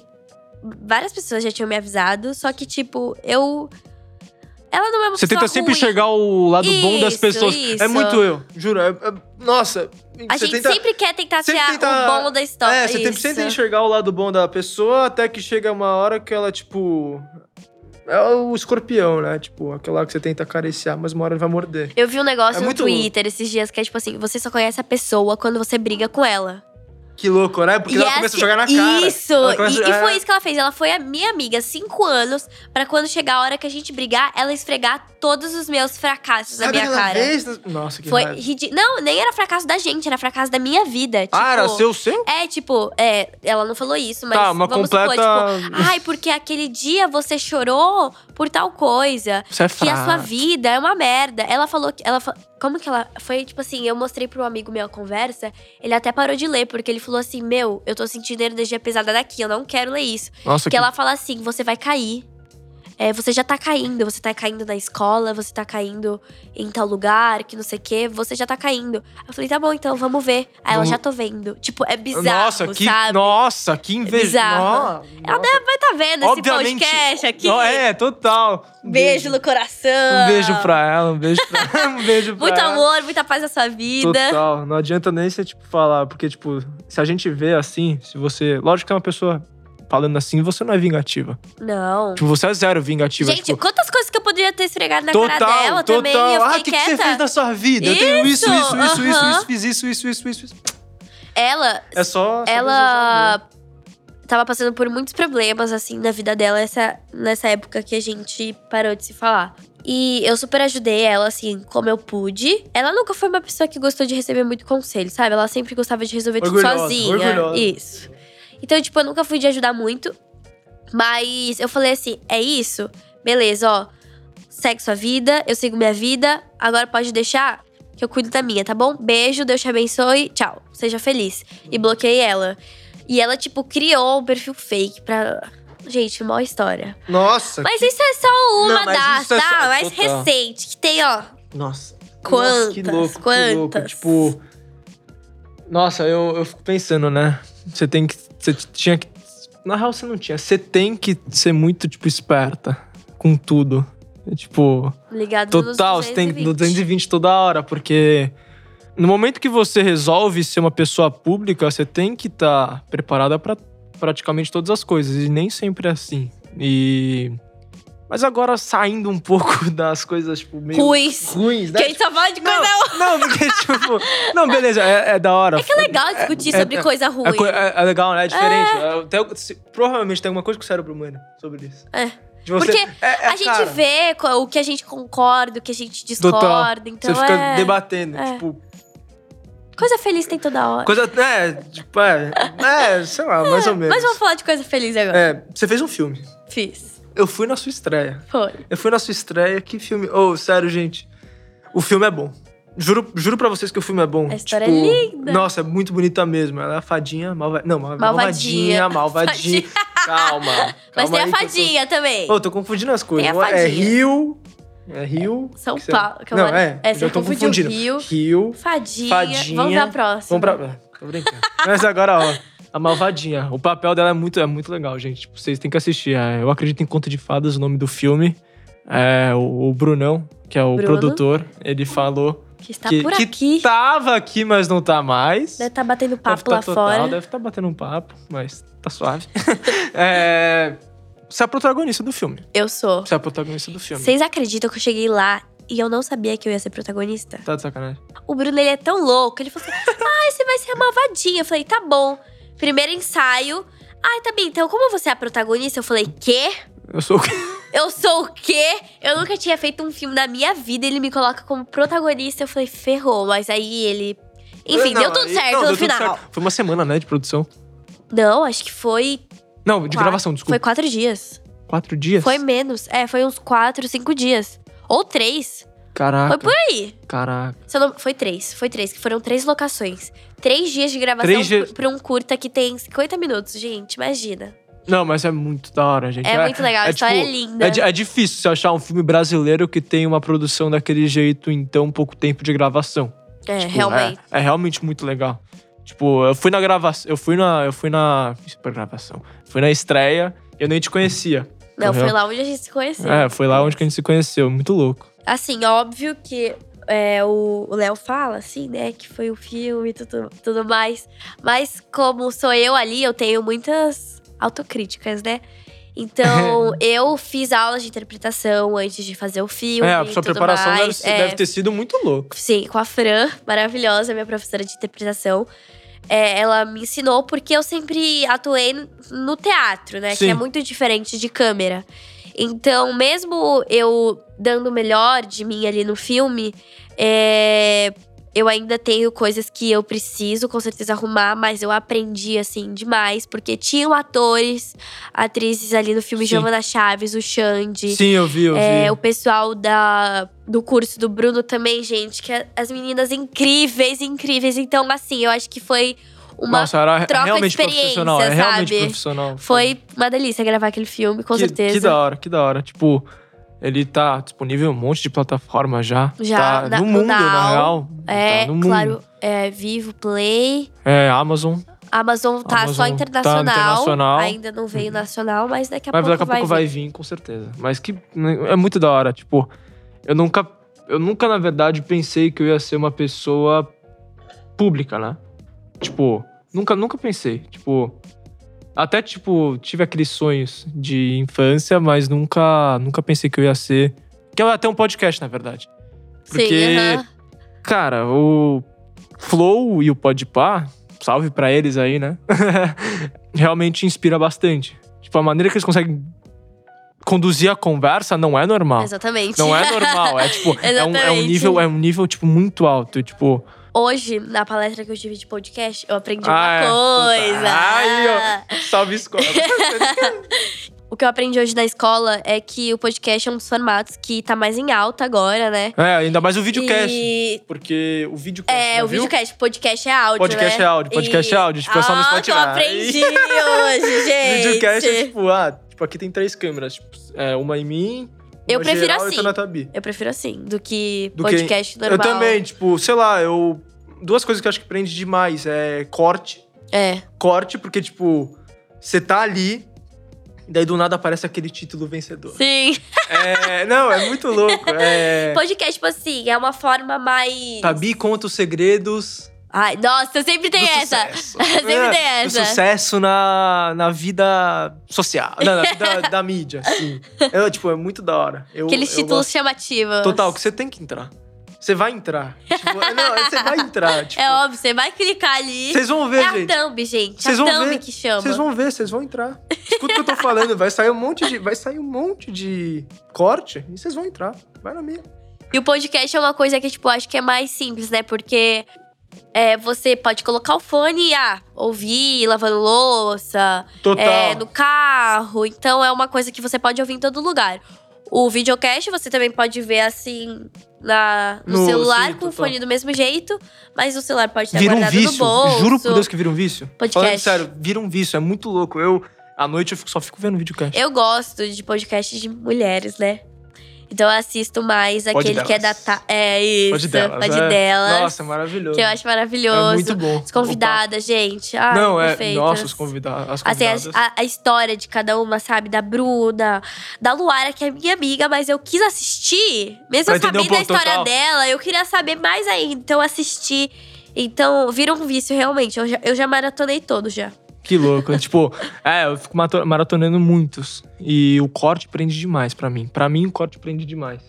Speaker 2: várias pessoas já tinham me avisado, só que, tipo, eu. Ela não é uma
Speaker 1: Você
Speaker 2: pessoa
Speaker 1: tenta sempre
Speaker 2: ruim.
Speaker 1: enxergar o lado bom das
Speaker 2: Isso,
Speaker 1: pessoas.
Speaker 2: isso.
Speaker 1: É muito eu, juro. é- é- nossa,
Speaker 2: A
Speaker 1: você
Speaker 2: gente
Speaker 1: tenta.
Speaker 2: sempre quer tentar
Speaker 1: sempre
Speaker 2: ser a-
Speaker 1: tenta-
Speaker 2: o bom da história.
Speaker 1: é, você tem-
Speaker 2: isso.
Speaker 1: sempre enxergar o lado bom da pessoa até que chega uma hora que ela, tipo. É o escorpião, né? Tipo, aquela que você tenta acariciar, mas uma hora ele vai morder.
Speaker 2: Eu vi um negócio
Speaker 1: É
Speaker 2: no
Speaker 1: muito-
Speaker 2: Twitter esses dias que é tipo assim: você só conhece a pessoa quando você briga com ela.
Speaker 1: Que louco, né? Porque
Speaker 2: E
Speaker 1: ela começa
Speaker 2: essa-
Speaker 1: a jogar na cara.
Speaker 2: Isso!
Speaker 1: Ela
Speaker 2: E,
Speaker 1: começa-
Speaker 2: e foi
Speaker 1: é.
Speaker 2: isso que ela fez. Ela foi a minha amiga cinco anos pra quando chegar a hora que a gente brigar, ela esfregar todos os meus fracassos
Speaker 1: Sabe
Speaker 2: na minha
Speaker 1: aquela
Speaker 2: cara.
Speaker 1: vez? Nossa, que
Speaker 2: Foi tipo,
Speaker 1: raiva.
Speaker 2: ridículo. Não, nem era fracasso da gente, era fracasso da minha vida. Tipo,
Speaker 1: Ah, era seu, seu?
Speaker 2: É, tipo, é, ela não falou isso, mas
Speaker 1: tá, uma
Speaker 2: vamos
Speaker 1: completa.
Speaker 2: supor, tipo, ai, porque aquele dia você chorou por tal coisa
Speaker 1: Você é
Speaker 2: que a sua
Speaker 1: fraco.
Speaker 2: vida é uma merda. Ela falou que. Ela fa- Como que ela. Foi tipo assim, eu mostrei pra um amigo meu a conversa, ele até parou de ler, porque ele falou assim: Meu, eu tô sentindo a energia pesada daqui, eu não quero ler isso.
Speaker 1: Nossa,
Speaker 2: Porque ela fala assim: Você vai cair. É, você já tá caindo, você tá caindo na escola, você tá caindo em tal lugar, que não sei o quê, você já tá caindo. Eu falei, tá bom, então vamos ver. Aí ela
Speaker 1: Vamos-
Speaker 2: já tô vendo. Tipo, é bizarro.
Speaker 1: Nossa, que,
Speaker 2: sabe? É
Speaker 1: nossa, que inveja.
Speaker 2: bizarro.
Speaker 1: No-
Speaker 2: Ela
Speaker 1: nossa.
Speaker 2: Vai tá vendo
Speaker 1: Obviamente-
Speaker 2: esse podcast aqui?
Speaker 1: Não, é, total. Um
Speaker 2: Beijo no coração.
Speaker 1: Um beijo pra ela, um beijo pra um beijo pra
Speaker 2: Muito
Speaker 1: ela.
Speaker 2: amor, muita paz na sua vida.
Speaker 1: Total. Não adianta nem você, tipo, falar. Porque, tipo, se a gente vê assim, se você. Lógico que é uma pessoa falando assim, você não é vingativa.
Speaker 2: Não.
Speaker 1: Tipo, você é zero vingativa.
Speaker 2: Gente,
Speaker 1: tipo,
Speaker 2: quantas coisas que eu poderia ter esfregado na
Speaker 1: total,
Speaker 2: cara dela
Speaker 1: total.
Speaker 2: também. e Eu
Speaker 1: ah,
Speaker 2: fiquei
Speaker 1: o que, que
Speaker 2: quieta.
Speaker 1: você fez na sua vida? Eu tenho isso, isso, isso, isso,
Speaker 2: aham.
Speaker 1: isso, fiz isso, isso, isso, isso. isso.
Speaker 2: Ela.
Speaker 1: É só. só desejar
Speaker 2: ela tava passando por muitos problemas, assim, na vida dela essa, nessa época que a gente parou de se falar. E eu super ajudei ela, assim, como eu pude. Ela nunca foi uma pessoa que gostou de receber muito conselho, sabe? Ela sempre gostava de resolver
Speaker 1: Orgulhosa,
Speaker 2: tudo sozinha.
Speaker 1: orgulhosa.
Speaker 2: Isso. Então, tipo, eu nunca fui de ajudar muito. Mas eu falei assim: é isso? Beleza, ó. Segue sua vida, eu sigo minha vida. Agora pode deixar que eu cuido da minha, tá bom? Beijo, Deus te abençoe, tchau. Seja feliz. E bloqueei ela. E ela, tipo, criou um perfil fake pra. Gente, mó história.
Speaker 1: mesmo. Nossa.
Speaker 2: Mas isso é só uma
Speaker 1: Não, mas
Speaker 2: das,
Speaker 1: isso é
Speaker 2: tá?
Speaker 1: só-
Speaker 2: mais
Speaker 1: total.
Speaker 2: recente, que tem, ó.
Speaker 1: Nossa.
Speaker 2: Quantas,
Speaker 1: Nossa, que louco, que louco.
Speaker 2: quantas?
Speaker 1: Tipo. Nossa, eu, eu fico pensando, né? Você tem que. Você tinha que. Na real, você não tinha. Você tem que ser muito, tipo, esperta com tudo. É, tipo,
Speaker 2: Ligado
Speaker 1: total,
Speaker 2: nos
Speaker 1: você tem
Speaker 2: 220.
Speaker 1: 220 toda hora, porque. No momento que você resolve ser uma pessoa pública, você tem que estar preparada pra praticamente todas as coisas. E nem sempre é assim. E. Mas agora saindo um pouco das coisas, tipo, meio
Speaker 2: Ruins.
Speaker 1: ruins, né?
Speaker 2: Que tipo, a gente só fala de coisa ruim.
Speaker 1: não, não, porque, tipo. Não, beleza, é, é da hora.
Speaker 2: É que é legal discutir
Speaker 1: É-
Speaker 2: sobre
Speaker 1: é-
Speaker 2: coisa ruim.
Speaker 1: É co- é- é legal, né? É diferente. É, até- se- provavelmente tem alguma coisa com o cérebro humano sobre isso.
Speaker 2: É.
Speaker 1: De você-
Speaker 2: Porque
Speaker 1: é- é
Speaker 2: a gente
Speaker 1: cara.
Speaker 2: vê co- o que a gente concorda, o que a gente discorda.
Speaker 1: Total.
Speaker 2: Então
Speaker 1: você fica
Speaker 2: é...
Speaker 1: debatendo.
Speaker 2: é.
Speaker 1: Tipo,
Speaker 2: Coisa feliz tem toda hora.
Speaker 1: coisa. É, tipo, é. É, sei lá, mais ou menos.
Speaker 2: Mas vamos falar de coisa feliz agora.
Speaker 1: É, você fez um filme.
Speaker 2: Fiz.
Speaker 1: Eu fui na sua estreia.
Speaker 2: Foi.
Speaker 1: Eu fui na sua estreia. Que filme. Ô, sério, gente. O filme é bom. Juro, juro pra vocês que o filme é bom.
Speaker 2: A história
Speaker 1: Tipo,
Speaker 2: é linda.
Speaker 1: Nossa, é muito bonita mesmo. Ela é a fadinha, malva... não, mal- malvadinha,
Speaker 2: Malvadinha.
Speaker 1: malvadinha. calma, calma.
Speaker 2: Mas tem a
Speaker 1: aí que eu tô-
Speaker 2: fadinha também.
Speaker 1: Ô, tô confundindo as coisas.
Speaker 2: Tem a
Speaker 1: é
Speaker 2: fadinha.
Speaker 1: Rio. É Rio.
Speaker 2: São
Speaker 1: que você-
Speaker 2: Paulo. que eu
Speaker 1: Não,
Speaker 2: moro-
Speaker 1: é.
Speaker 2: é
Speaker 1: já
Speaker 2: você
Speaker 1: tô
Speaker 2: confundiu
Speaker 1: confundindo.
Speaker 2: Rio.
Speaker 1: Rio.
Speaker 2: Fadinha.
Speaker 1: Fadinha.
Speaker 2: Vamos pra próxima.
Speaker 1: Vamos pra. Ah, Tô brincando. Mas agora, ó. A malvadinha. O papel dela é muito, é muito legal, gente. Tipo, vocês têm que assistir. É, Eu acredito em Conto de Fadas, o nome do filme. É, o, o Brunão, que é o
Speaker 2: Bruno.
Speaker 1: produtor, ele falou
Speaker 2: Que está
Speaker 1: que,
Speaker 2: por
Speaker 1: que tá-
Speaker 2: aqui.
Speaker 1: tava aqui, mas não tá mais.
Speaker 2: Deve estar batendo
Speaker 1: Deve
Speaker 2: papo
Speaker 1: tá
Speaker 2: lá
Speaker 1: total,
Speaker 2: fora.
Speaker 1: Deve estar batendo um papo, mas tá suave. é, você é a protagonista do filme.
Speaker 2: Eu sou.
Speaker 1: Você é a protagonista do filme.
Speaker 2: Vocês acreditam que eu cheguei lá e eu não sabia que eu ia ser protagonista?
Speaker 1: Tá de sacanagem.
Speaker 2: O Bruno, ele é tão louco. Ele falou assim: ai, você vai ser a malvadinha. Eu falei: tá bom. Primeiro ensaio. Ai, tá bem. Então, como você é a protagonista? Eu falei: quê?
Speaker 1: Eu sou o quê?
Speaker 2: Eu sou o quê? Eu nunca tinha feito um filme na minha vida. Ele me coloca como protagonista. Eu falei: ferrou. Mas aí ele. Enfim,
Speaker 1: Não,
Speaker 2: deu tudo
Speaker 1: aí-
Speaker 2: certo
Speaker 1: não,
Speaker 2: no
Speaker 1: deu tudo
Speaker 2: final.
Speaker 1: certo. Foi uma semana, né, de produção.
Speaker 2: Não, acho que foi.
Speaker 1: Não, de
Speaker 2: quatro-
Speaker 1: gravação, desculpa.
Speaker 2: Foi quatro dias.
Speaker 1: Quatro dias?
Speaker 2: Foi menos. É, foi uns quatro, cinco dias. Ou três.
Speaker 1: Caraca.
Speaker 2: Foi por aí.
Speaker 1: Caraca.
Speaker 2: Se eu não- Foi três. Foi três, que foram três locações. Três dias de gravação
Speaker 1: Três dias.
Speaker 2: por- pra um curta que tem 50 minutos, gente. Imagina.
Speaker 1: Não, mas é muito da hora, gente.
Speaker 2: É, muito legal. a história é linda.
Speaker 1: É, di- é difícil você achar um filme brasileiro que tem uma produção daquele jeito em tão pouco tempo de gravação.
Speaker 2: É,
Speaker 1: Tipo,
Speaker 2: realmente.
Speaker 1: É, é realmente muito legal. Tipo, eu fui na gravação. Eu fui na. Eu fui na. Isso pra gravação. Fui na estreia e eu nem te conhecia.
Speaker 2: Não,
Speaker 1: Uhum.
Speaker 2: foi lá onde a gente se conheceu.
Speaker 1: É, foi lá onde que a gente se conheceu. Muito louco.
Speaker 2: Assim, óbvio que é, o o Léo fala, assim, né? Que foi o filme e tudo, tudo mais. Mas como sou eu ali, eu tenho muitas autocríticas, né? Então, eu fiz aulas de interpretação antes de fazer o filme.
Speaker 1: é, a
Speaker 2: e
Speaker 1: sua
Speaker 2: tudo
Speaker 1: preparação deve,
Speaker 2: mais.
Speaker 1: se-
Speaker 2: É,
Speaker 1: deve ter sido muito louca.
Speaker 2: Sim, com a Fran, maravilhosa, minha professora de interpretação. É, ela me ensinou porque eu sempre atuei no teatro, né?
Speaker 1: Sim.
Speaker 2: Que é muito diferente de câmera. Então, mesmo eu dando o melhor de mim ali no filme, é, eu ainda tenho coisas que eu preciso com certeza arrumar, mas eu aprendi assim demais, porque tinham atores, atrizes ali no filme
Speaker 1: Sim.
Speaker 2: Giovanna Chaves, o Xande.
Speaker 1: Sim, eu vi, eu vi.
Speaker 2: É, o pessoal da, do curso do Bruno também, gente, que é- as meninas incríveis, incríveis. Então, assim, eu acho que foi uma.
Speaker 1: Nossa, era
Speaker 2: troca de
Speaker 1: realmente profissional. É
Speaker 2: experiência,
Speaker 1: realmente
Speaker 2: sabe?
Speaker 1: profissional.
Speaker 2: Foi uma delícia gravar aquele filme, com
Speaker 1: que,
Speaker 2: certeza.
Speaker 1: Que da hora, que da hora. Tipo, ele tá disponível em um monte de plataforma já.
Speaker 2: Já,
Speaker 1: Tá
Speaker 2: na-
Speaker 1: no
Speaker 2: no
Speaker 1: mundo, na
Speaker 2: Now.
Speaker 1: real.
Speaker 2: É,
Speaker 1: tá no Mundo.
Speaker 2: claro, é Vivo Play.
Speaker 1: É, Amazon.
Speaker 2: Amazon tá
Speaker 1: Amazon
Speaker 2: só
Speaker 1: tá
Speaker 2: internacional,
Speaker 1: internacional. Uhum.
Speaker 2: Ainda não veio nacional, mas daqui a
Speaker 1: Mas
Speaker 2: pouco
Speaker 1: daqui a pouco
Speaker 2: vai.
Speaker 1: vai vir, com certeza. Mas que é muito da hora, tipo, eu nunca eu nunca na verdade pensei que eu ia ser uma pessoa pública, né? Tipo, nunca nunca pensei, tipo, até tipo, tive aqueles sonhos de infância, mas nunca nunca pensei que eu ia ser que eu ia ter um podcast, na verdade.
Speaker 2: vir.
Speaker 1: Porque
Speaker 2: Sim, aham.
Speaker 1: Cara, o Flow e o Podpah, salve pra eles aí, né? Realmente inspira bastante. Tipo, a maneira que eles conseguem conduzir a conversa não é normal.
Speaker 2: Exatamente.
Speaker 1: Não é normal, é tipo, é um, é um
Speaker 2: Exatamente.
Speaker 1: nível, é um nível tipo muito alto, e, tipo,
Speaker 2: Hoje, na palestra que eu tive de podcast, eu aprendi
Speaker 1: Ah, é.
Speaker 2: uma coisa.
Speaker 1: Ai, ó. salve escola.
Speaker 2: O que eu aprendi hoje na escola é que o podcast é um dos formatos que tá mais em alta agora, né?
Speaker 1: é, ainda mais o videocast,
Speaker 2: E
Speaker 1: porque o videocast,
Speaker 2: é,
Speaker 1: não
Speaker 2: o
Speaker 1: viu?
Speaker 2: videocast, podcast é áudio,
Speaker 1: Podcast
Speaker 2: né?
Speaker 1: é áudio, podcast é áudio, tipo, é só no
Speaker 2: Ah, que
Speaker 1: Spotify.
Speaker 2: eu aprendi hoje, gente.
Speaker 1: Videocast é tipo, ah, tipo, aqui tem três câmeras, tipo, é, uma em mim,
Speaker 2: Eu
Speaker 1: uma
Speaker 2: prefiro
Speaker 1: geral e
Speaker 2: assim.
Speaker 1: outra na Tabi.
Speaker 2: Eu prefiro assim, do que
Speaker 1: Do que-
Speaker 2: podcast normal.
Speaker 1: Eu também, tipo, sei lá, eu. Duas coisas que eu acho que prende demais é corte.
Speaker 2: É,
Speaker 1: Corte, porque, tipo, você tá ali, e daí do nada aparece aquele título vencedor.
Speaker 2: sim.
Speaker 1: É, não, é muito louco. É,
Speaker 2: Podcast, tipo assim, é uma forma mais…
Speaker 1: Tabi conta os segredos
Speaker 2: Ai, nossa, eu sempre tenho
Speaker 1: do
Speaker 2: essa.
Speaker 1: sucesso.
Speaker 2: Sempre
Speaker 1: É,
Speaker 2: tem
Speaker 1: do
Speaker 2: essa.
Speaker 1: sucesso na, na vida social, na, na vida da mídia, assim. É, tipo, é muito da hora. Eu,
Speaker 2: Aqueles
Speaker 1: eu
Speaker 2: títulos
Speaker 1: gosto.
Speaker 2: chamativos.
Speaker 1: Total, que você tem que entrar. Você vai entrar. Tipo, não, você vai entrar. Tipo,
Speaker 2: É óbvio, você vai clicar ali.
Speaker 1: Vocês vão ver,
Speaker 2: é
Speaker 1: gente.
Speaker 2: a thumb, gente.
Speaker 1: Vocês
Speaker 2: a
Speaker 1: vão
Speaker 2: thumb
Speaker 1: ver.
Speaker 2: que chama.
Speaker 1: Vocês vão ver, vocês vão entrar. Escuta o que eu tô falando, vai sair um monte de, vai sair um monte de corte e vocês vão entrar. Vai na minha.
Speaker 2: E o podcast é uma coisa que, tipo, eu acho que é mais simples, né? Porque é, você pode colocar o fone e ah, ouvir, lavando louça,
Speaker 1: Total.
Speaker 2: é, no carro. Então é uma coisa que você pode ouvir em todo lugar. O videocast você também pode ver assim na, no,
Speaker 1: No-
Speaker 2: celular
Speaker 1: sim,
Speaker 2: com o
Speaker 1: total.
Speaker 2: fone do mesmo jeito, mas o celular pode estar
Speaker 1: Vira um
Speaker 2: é guardado no
Speaker 1: vício.
Speaker 2: bolso.
Speaker 1: Juro por Deus que vira um vício.
Speaker 2: Podcast.
Speaker 1: Falando sério, vira um vício. É muito louco. Eu, à noite, eu fico- só fico vendo videocast.
Speaker 2: Eu gosto de podcast de mulheres, né? Então eu assisto mais
Speaker 1: Pode
Speaker 2: aquele que é da.
Speaker 1: delas.
Speaker 2: Ta... É isso.
Speaker 1: Pode delas.
Speaker 2: Pode
Speaker 1: é.
Speaker 2: delas.
Speaker 1: Nossa, maravilhoso.
Speaker 2: Que eu acho maravilhoso.
Speaker 1: É muito bom.
Speaker 2: As convidadas, gente.
Speaker 1: O
Speaker 2: Ai,
Speaker 1: papo. Não, é.
Speaker 2: perfeitas.
Speaker 1: Nossa, os convida- as
Speaker 2: Assim,
Speaker 1: convidadas.
Speaker 2: a- a, a história de cada uma, sabe? Da Bruna, da Luara, que é minha amiga, mas eu quis assistir. Mesmo
Speaker 1: Pra
Speaker 2: eu
Speaker 1: entender
Speaker 2: sabendo
Speaker 1: um
Speaker 2: a
Speaker 1: pouco
Speaker 2: história
Speaker 1: total.
Speaker 2: dela, eu queria saber mais ainda. Então eu assisti. Então, vira um vício, realmente. Eu já, eu já maratonei todo já.
Speaker 1: Que louco. tipo, é, eu fico mato- maratonando muitos. E o corte prende demais pra mim. Pra mim, o corte prende demais.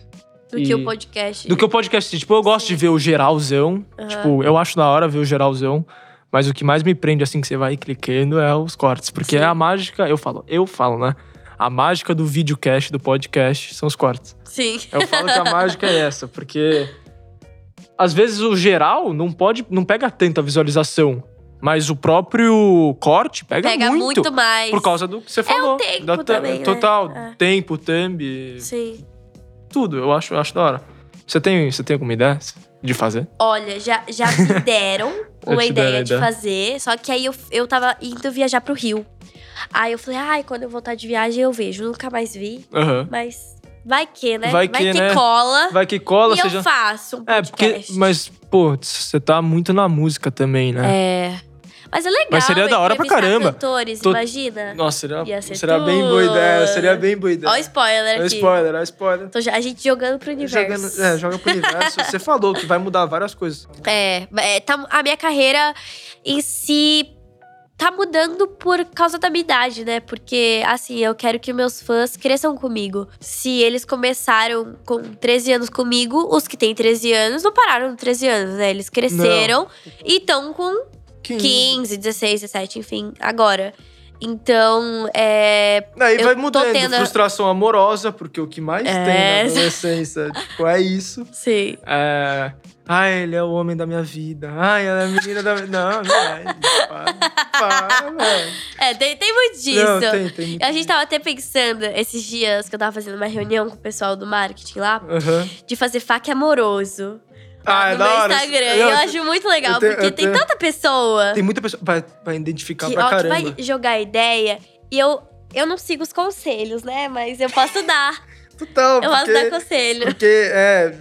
Speaker 2: Do
Speaker 1: E-
Speaker 2: que o podcast.
Speaker 1: Do que o podcast. assim, Tipo, eu gosto de ver o geralzão.
Speaker 2: Aham.
Speaker 1: Tipo, eu acho da hora ver o geralzão. Mas o que mais me prende, assim, que você vai clicando é os cortes. Porque
Speaker 2: Sim.
Speaker 1: é a mágica. Eu falo, eu falo, né? A mágica do videocast, do podcast, são os cortes.
Speaker 2: Sim.
Speaker 1: Eu falo que a mágica é essa, porque. Às vezes o geral não pode. não pega tanta visualização. Mas o próprio corte pega,
Speaker 2: Pega muito,
Speaker 1: muito.
Speaker 2: mais. É
Speaker 1: Por causa do que você falou.
Speaker 2: tempo
Speaker 1: da, ta-
Speaker 2: também, né?
Speaker 1: Total.
Speaker 2: É.
Speaker 1: Tempo, thumb,
Speaker 2: Sim.
Speaker 1: tudo. Eu acho, eu acho da hora. Você tem, você tem alguma ideia de fazer?
Speaker 2: Olha, já, já me deram
Speaker 1: Eu
Speaker 2: uma
Speaker 1: te
Speaker 2: ideia
Speaker 1: deram a
Speaker 2: de
Speaker 1: ideia.
Speaker 2: fazer, só que aí eu, eu tava indo viajar pro Rio. Aí eu falei, ai, quando eu voltar de viagem eu vejo. Nunca mais vi,
Speaker 1: Aham.
Speaker 2: mas vai que, né?
Speaker 1: Vai que, né?
Speaker 2: cola.
Speaker 1: Vai que cola,
Speaker 2: e eu
Speaker 1: seja.
Speaker 2: faço um
Speaker 1: É, porque.
Speaker 2: podcast.
Speaker 1: Mas, pô, você tá muito na música também, né?
Speaker 2: É. Mas é legal.
Speaker 1: Mas seria da hora pra
Speaker 2: entrevistar
Speaker 1: caramba.
Speaker 2: cantores,
Speaker 1: Tô-
Speaker 2: imagina.
Speaker 1: Nossa, seria,
Speaker 2: É. Ia ser
Speaker 1: seria bem
Speaker 2: tudo.
Speaker 1: boa ideia. Seria bem boa ideia.
Speaker 2: Ó, o spoiler
Speaker 1: Ó o
Speaker 2: aqui.
Speaker 1: spoiler, ó o spoiler.
Speaker 2: Tô já- a gente jogando pro universo.
Speaker 1: Jogando- é, joga pro universo. Você falou que vai mudar várias coisas.
Speaker 2: É, é, tá- a minha carreira em si tá mudando por causa da minha idade, né? Porque, assim, eu quero que meus fãs cresçam comigo. Se eles começaram com 13 anos comigo, os que têm 13 anos não pararam com 13 anos, né? Eles cresceram e estão com 15, 16, 17, enfim, agora. Então, é.
Speaker 1: Aí
Speaker 2: Eu
Speaker 1: vai
Speaker 2: tô
Speaker 1: mudando.
Speaker 2: tendo-
Speaker 1: Frustração amorosa, porque o que mais
Speaker 2: É.
Speaker 1: tem na adolescência, tipo, é isso.
Speaker 2: Sim.
Speaker 1: É... Ah, ele é o homem da minha vida. Ah, ela é a menina da... Não, não é. Para, para, velho.
Speaker 2: É, tem, tem muito disso.
Speaker 1: Não, tem, tem muito
Speaker 2: A gente tá tava até pensando esses dias que eu tava fazendo uma reunião com o pessoal do marketing lá.
Speaker 1: Aham.
Speaker 2: de fazer fac amoroso
Speaker 1: Ah, é
Speaker 2: Tá no
Speaker 1: da
Speaker 2: meu
Speaker 1: hora.
Speaker 2: Instagram.
Speaker 1: Eu-
Speaker 2: E eu acho muito legal,
Speaker 1: eu tenho-
Speaker 2: porque
Speaker 1: eu
Speaker 2: tem
Speaker 1: tenho-
Speaker 2: tanta pessoa
Speaker 1: Tem muita pessoa pra, pra identificar
Speaker 2: que,
Speaker 1: pra
Speaker 2: ó, que
Speaker 1: caramba.
Speaker 2: vai jogar ideia e eu. Eu não sigo os conselhos, né? Mas eu posso dar.
Speaker 1: Total,
Speaker 2: Eu posso dar
Speaker 1: porque...
Speaker 2: conselho.
Speaker 1: Porque, é,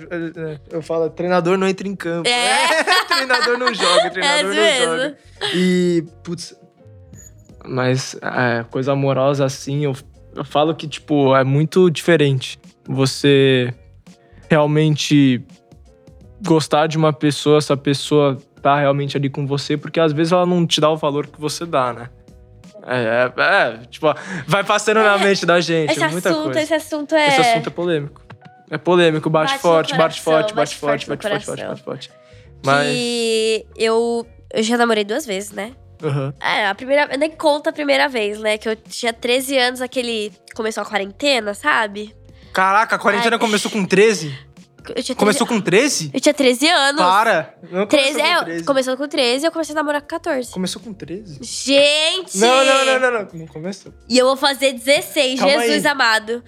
Speaker 1: eu falo, treinador não entra em campo.
Speaker 2: É.
Speaker 1: treinador não joga,
Speaker 2: É
Speaker 1: treinador
Speaker 2: isso
Speaker 1: não
Speaker 2: mesmo.
Speaker 1: joga. E, putz, mas é, coisa amorosa assim, eu, eu falo que, tipo, é muito diferente. Você realmente gostar de uma pessoa, essa pessoa tá realmente ali com você, porque às vezes ela não te dá o valor que você dá, né? É, é, é, tipo, vai passando na mente da gente.
Speaker 2: É, Esse
Speaker 1: muita
Speaker 2: assunto,
Speaker 1: coisa.
Speaker 2: esse assunto é.
Speaker 1: Esse assunto é polêmico. É polêmico, bate,
Speaker 2: Bate no
Speaker 1: forte, bate
Speaker 2: coração,
Speaker 1: forte, bate
Speaker 2: bate
Speaker 1: forte,
Speaker 2: forte
Speaker 1: bate
Speaker 2: no
Speaker 1: forte, bate
Speaker 2: coração.
Speaker 1: forte, bate forte. Mas.
Speaker 2: Que eu, eu já namorei duas vezes, né?
Speaker 1: Aham.
Speaker 2: É, a primeira. Eu nem conto a primeira vez, né? Que eu tinha 13 anos, aquele. Começou a quarentena, sabe?
Speaker 1: Caraca, a quarentena
Speaker 2: Ai.
Speaker 1: começou com 13?
Speaker 2: Eu tinha 13,
Speaker 1: Começou com 13?
Speaker 2: eu tinha 13 anos.
Speaker 1: Para! Não
Speaker 2: 13,
Speaker 1: começou
Speaker 2: é,
Speaker 1: com 13.
Speaker 2: começando com 13 eu comecei a namorar com 14.
Speaker 1: Começou com 13?
Speaker 2: Gente!
Speaker 1: Não, não, não, não, não. Não começou.
Speaker 2: E eu vou fazer 16,
Speaker 1: Calma
Speaker 2: Jesus
Speaker 1: aí.
Speaker 2: amado.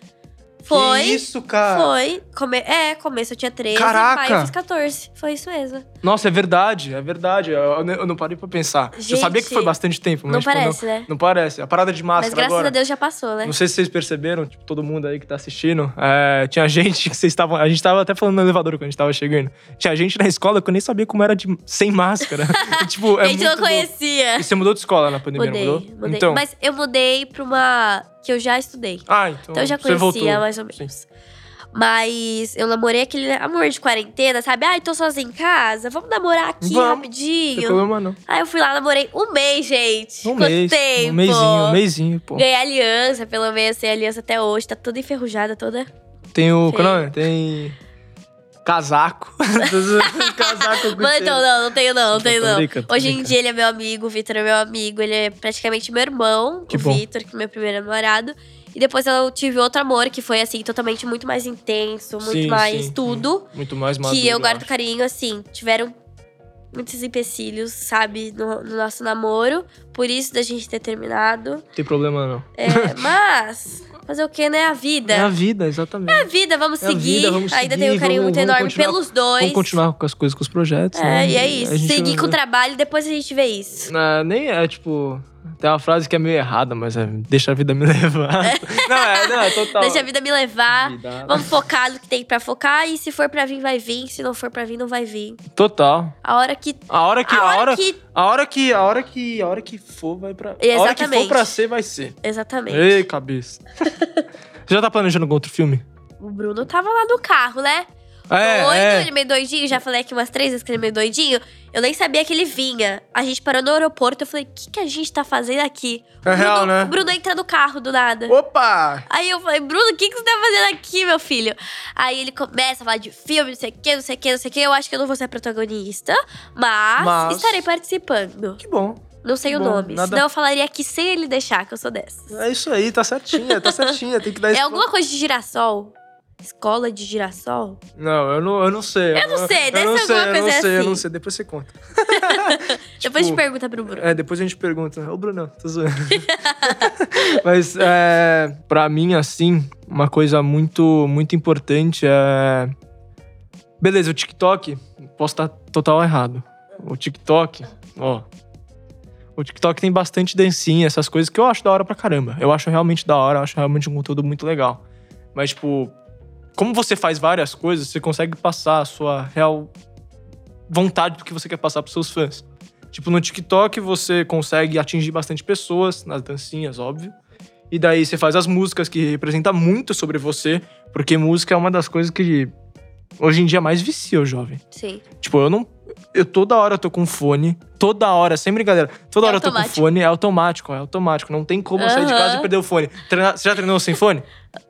Speaker 2: Foi.
Speaker 1: Que isso, cara?
Speaker 2: Foi. Come... É, começo eu tinha 13,
Speaker 1: Caraca!
Speaker 2: maio eu fiz 14. Foi isso mesmo.
Speaker 1: Nossa, é verdade, é verdade. Eu, eu- eu não parei pra pensar. eu
Speaker 2: Gente,
Speaker 1: sabia que foi bastante tempo, mas.
Speaker 2: não
Speaker 1: tipo,
Speaker 2: parece, né?
Speaker 1: Não, não parece. A parada de
Speaker 2: Mas
Speaker 1: máscara
Speaker 2: graças
Speaker 1: agora.
Speaker 2: a Deus já passou, né?
Speaker 1: Não sei se vocês perceberam, tipo, todo mundo aí que tá assistindo. é, tinha gente que vocês estavam. A gente tava até falando no elevador quando a gente tava chegando. Tinha gente na escola que eu nem sabia como era de, sem máscara. tipo, é
Speaker 2: a gente não
Speaker 1: muito louco.
Speaker 2: conhecia.
Speaker 1: E você mudou de escola na pandemia,
Speaker 2: Mudei,
Speaker 1: não mudou?
Speaker 2: mudei.
Speaker 1: Então.
Speaker 2: Mas eu mudei pra uma que eu já estudei.
Speaker 1: Ah, então.
Speaker 2: Então eu já
Speaker 1: você
Speaker 2: conhecia
Speaker 1: voltou.
Speaker 2: mais ou menos. Mas eu namorei aquele amor de quarentena, sabe? Ai, tô sozinha em casa, vamos namorar aqui
Speaker 1: Vamos. Não tem
Speaker 2: rapidinho.
Speaker 1: problema, não.
Speaker 2: Aí eu fui lá, namorei um mês, gente.
Speaker 1: Um
Speaker 2: Quanto
Speaker 1: mês.
Speaker 2: tempo?
Speaker 1: Um mêsinho, um mêsinho, pô.
Speaker 2: Ganhei aliança, pelo menos, sem aliança até hoje. Tá toda enferrujada, toda.
Speaker 1: Tem o.
Speaker 2: Feio.
Speaker 1: Qual é o nome? Tem. Casaco. Casaco com
Speaker 2: Mano, então, não, não tenho não, não
Speaker 1: Tô
Speaker 2: tenho não.
Speaker 1: brincando, tô
Speaker 2: Hoje em
Speaker 1: brincando.
Speaker 2: dia ele é meu amigo, o Vitor é meu amigo. Ele é praticamente meu irmão,
Speaker 1: Que
Speaker 2: o
Speaker 1: bom.
Speaker 2: Vitor, que é meu primeiro namorado. E depois eu tive outro amor, que foi, assim, totalmente muito mais intenso, muito
Speaker 1: Sim,
Speaker 2: mais
Speaker 1: sim,
Speaker 2: tudo.
Speaker 1: Muito mais maduro.
Speaker 2: que eu guardo
Speaker 1: acho.
Speaker 2: carinho, assim, tiveram muitos empecilhos, sabe, no, no nosso namoro. Por isso da gente ter terminado.
Speaker 1: Não tem problema, não.
Speaker 2: É, mas, fazer o que, né? A vida.
Speaker 1: É a vida, exatamente.
Speaker 2: a vida, vamos
Speaker 1: É a vida,
Speaker 2: seguir.
Speaker 1: vamos
Speaker 2: Ainda
Speaker 1: seguir,
Speaker 2: tenho um carinho
Speaker 1: vamos-
Speaker 2: muito
Speaker 1: vamos
Speaker 2: enorme
Speaker 1: continuar-
Speaker 2: pelos dois.
Speaker 1: Vamos continuar com as coisas, com os projetos.
Speaker 2: É,
Speaker 1: né?
Speaker 2: e é
Speaker 1: A
Speaker 2: isso.
Speaker 1: gente
Speaker 2: Seguir
Speaker 1: não-
Speaker 2: com o trabalho, depois a gente vê isso.
Speaker 1: Ah, nem é, tipo. Tem uma frase que é meio errada, mas é deixa a vida me levar. não, é, não, é total.
Speaker 2: Deixa a vida me levar.
Speaker 1: Vida.
Speaker 2: Vamos focar no que tem pra focar. E se for pra vir, vai vir. Se não for pra vir, não vai vir.
Speaker 1: Total.
Speaker 2: A hora que.
Speaker 1: A hora que.
Speaker 2: a hora, que.
Speaker 1: A hora que. A hora que. A hora que for, vai pra. A hora que for
Speaker 2: Exatamente.
Speaker 1: pra ser, vai ser.
Speaker 2: Exatamente.
Speaker 1: Ei, cabeça. Você já tá planejando algum outro filme?
Speaker 2: O Bruno tava lá no carro, né?
Speaker 1: É,
Speaker 2: Doido,
Speaker 1: é.
Speaker 2: ele meio doidinho. Já falei aqui umas três vezes que ele é meio doidinho. Eu nem sabia que ele vinha. A gente parou no aeroporto. Eu falei, o que, que a gente tá fazendo aqui?
Speaker 1: É
Speaker 2: O Bruno-
Speaker 1: real, né?
Speaker 2: O Bruno entra no carro do nada.
Speaker 1: Opa!
Speaker 2: Aí eu falei, Bruno, o que, que você tá fazendo aqui, meu filho? Aí ele começa a falar de filme, não sei o que, não sei o que, não sei o que. Eu acho que eu não vou ser a protagonista, mas,
Speaker 1: Mas-
Speaker 2: estarei participando.
Speaker 1: Que bom.
Speaker 2: Não sei o
Speaker 1: Bom,
Speaker 2: nome,
Speaker 1: nada-
Speaker 2: senão eu falaria aqui sem ele deixar, que eu sou dessas.
Speaker 1: É isso aí, tá certinha, tá certinha. Tem que dar
Speaker 2: É
Speaker 1: esse-
Speaker 2: alguma coisa de girassol? Escola de girassol?
Speaker 1: Não, eu não, eu não sei. Eu
Speaker 2: não sei, deve
Speaker 1: eu não
Speaker 2: ser
Speaker 1: sei,
Speaker 2: alguma
Speaker 1: eu não
Speaker 2: coisa
Speaker 1: sei, eu não
Speaker 2: assim.
Speaker 1: sei. Depois você conta.
Speaker 2: Depois a gente pergunta pro Bruno.
Speaker 1: É, depois a gente pergunta. Ô, Bruno, tô zoando. Mas, é, pra mim, assim, uma coisa muito, muito importante é. Beleza, o TikTok, posso estar total errado. O TikTok, ó. O TikTok tem bastante dancinha, essas coisas que eu acho da hora pra caramba. Eu acho realmente da hora, eu acho realmente um conteúdo muito legal. Mas, tipo, como você faz várias coisas, você consegue passar a sua real vontade do que você quer passar pros seus fãs. Tipo, no TikTok você consegue atingir bastante pessoas, nas dancinhas, óbvio. E daí você faz as músicas que representam muito sobre você, porque música é uma das coisas que hoje em dia mais vicia o jovem.
Speaker 2: Sim.
Speaker 1: Tipo, eu não. Eu toda hora tô com fone. Toda hora, sem brincadeira. Toda
Speaker 2: É
Speaker 1: hora eu tô com
Speaker 2: automático.
Speaker 1: fone. É automático, é automático. Não tem como eu sair de
Speaker 2: Aham.
Speaker 1: casa e perder o fone. Treinar- você já treinou sem fone?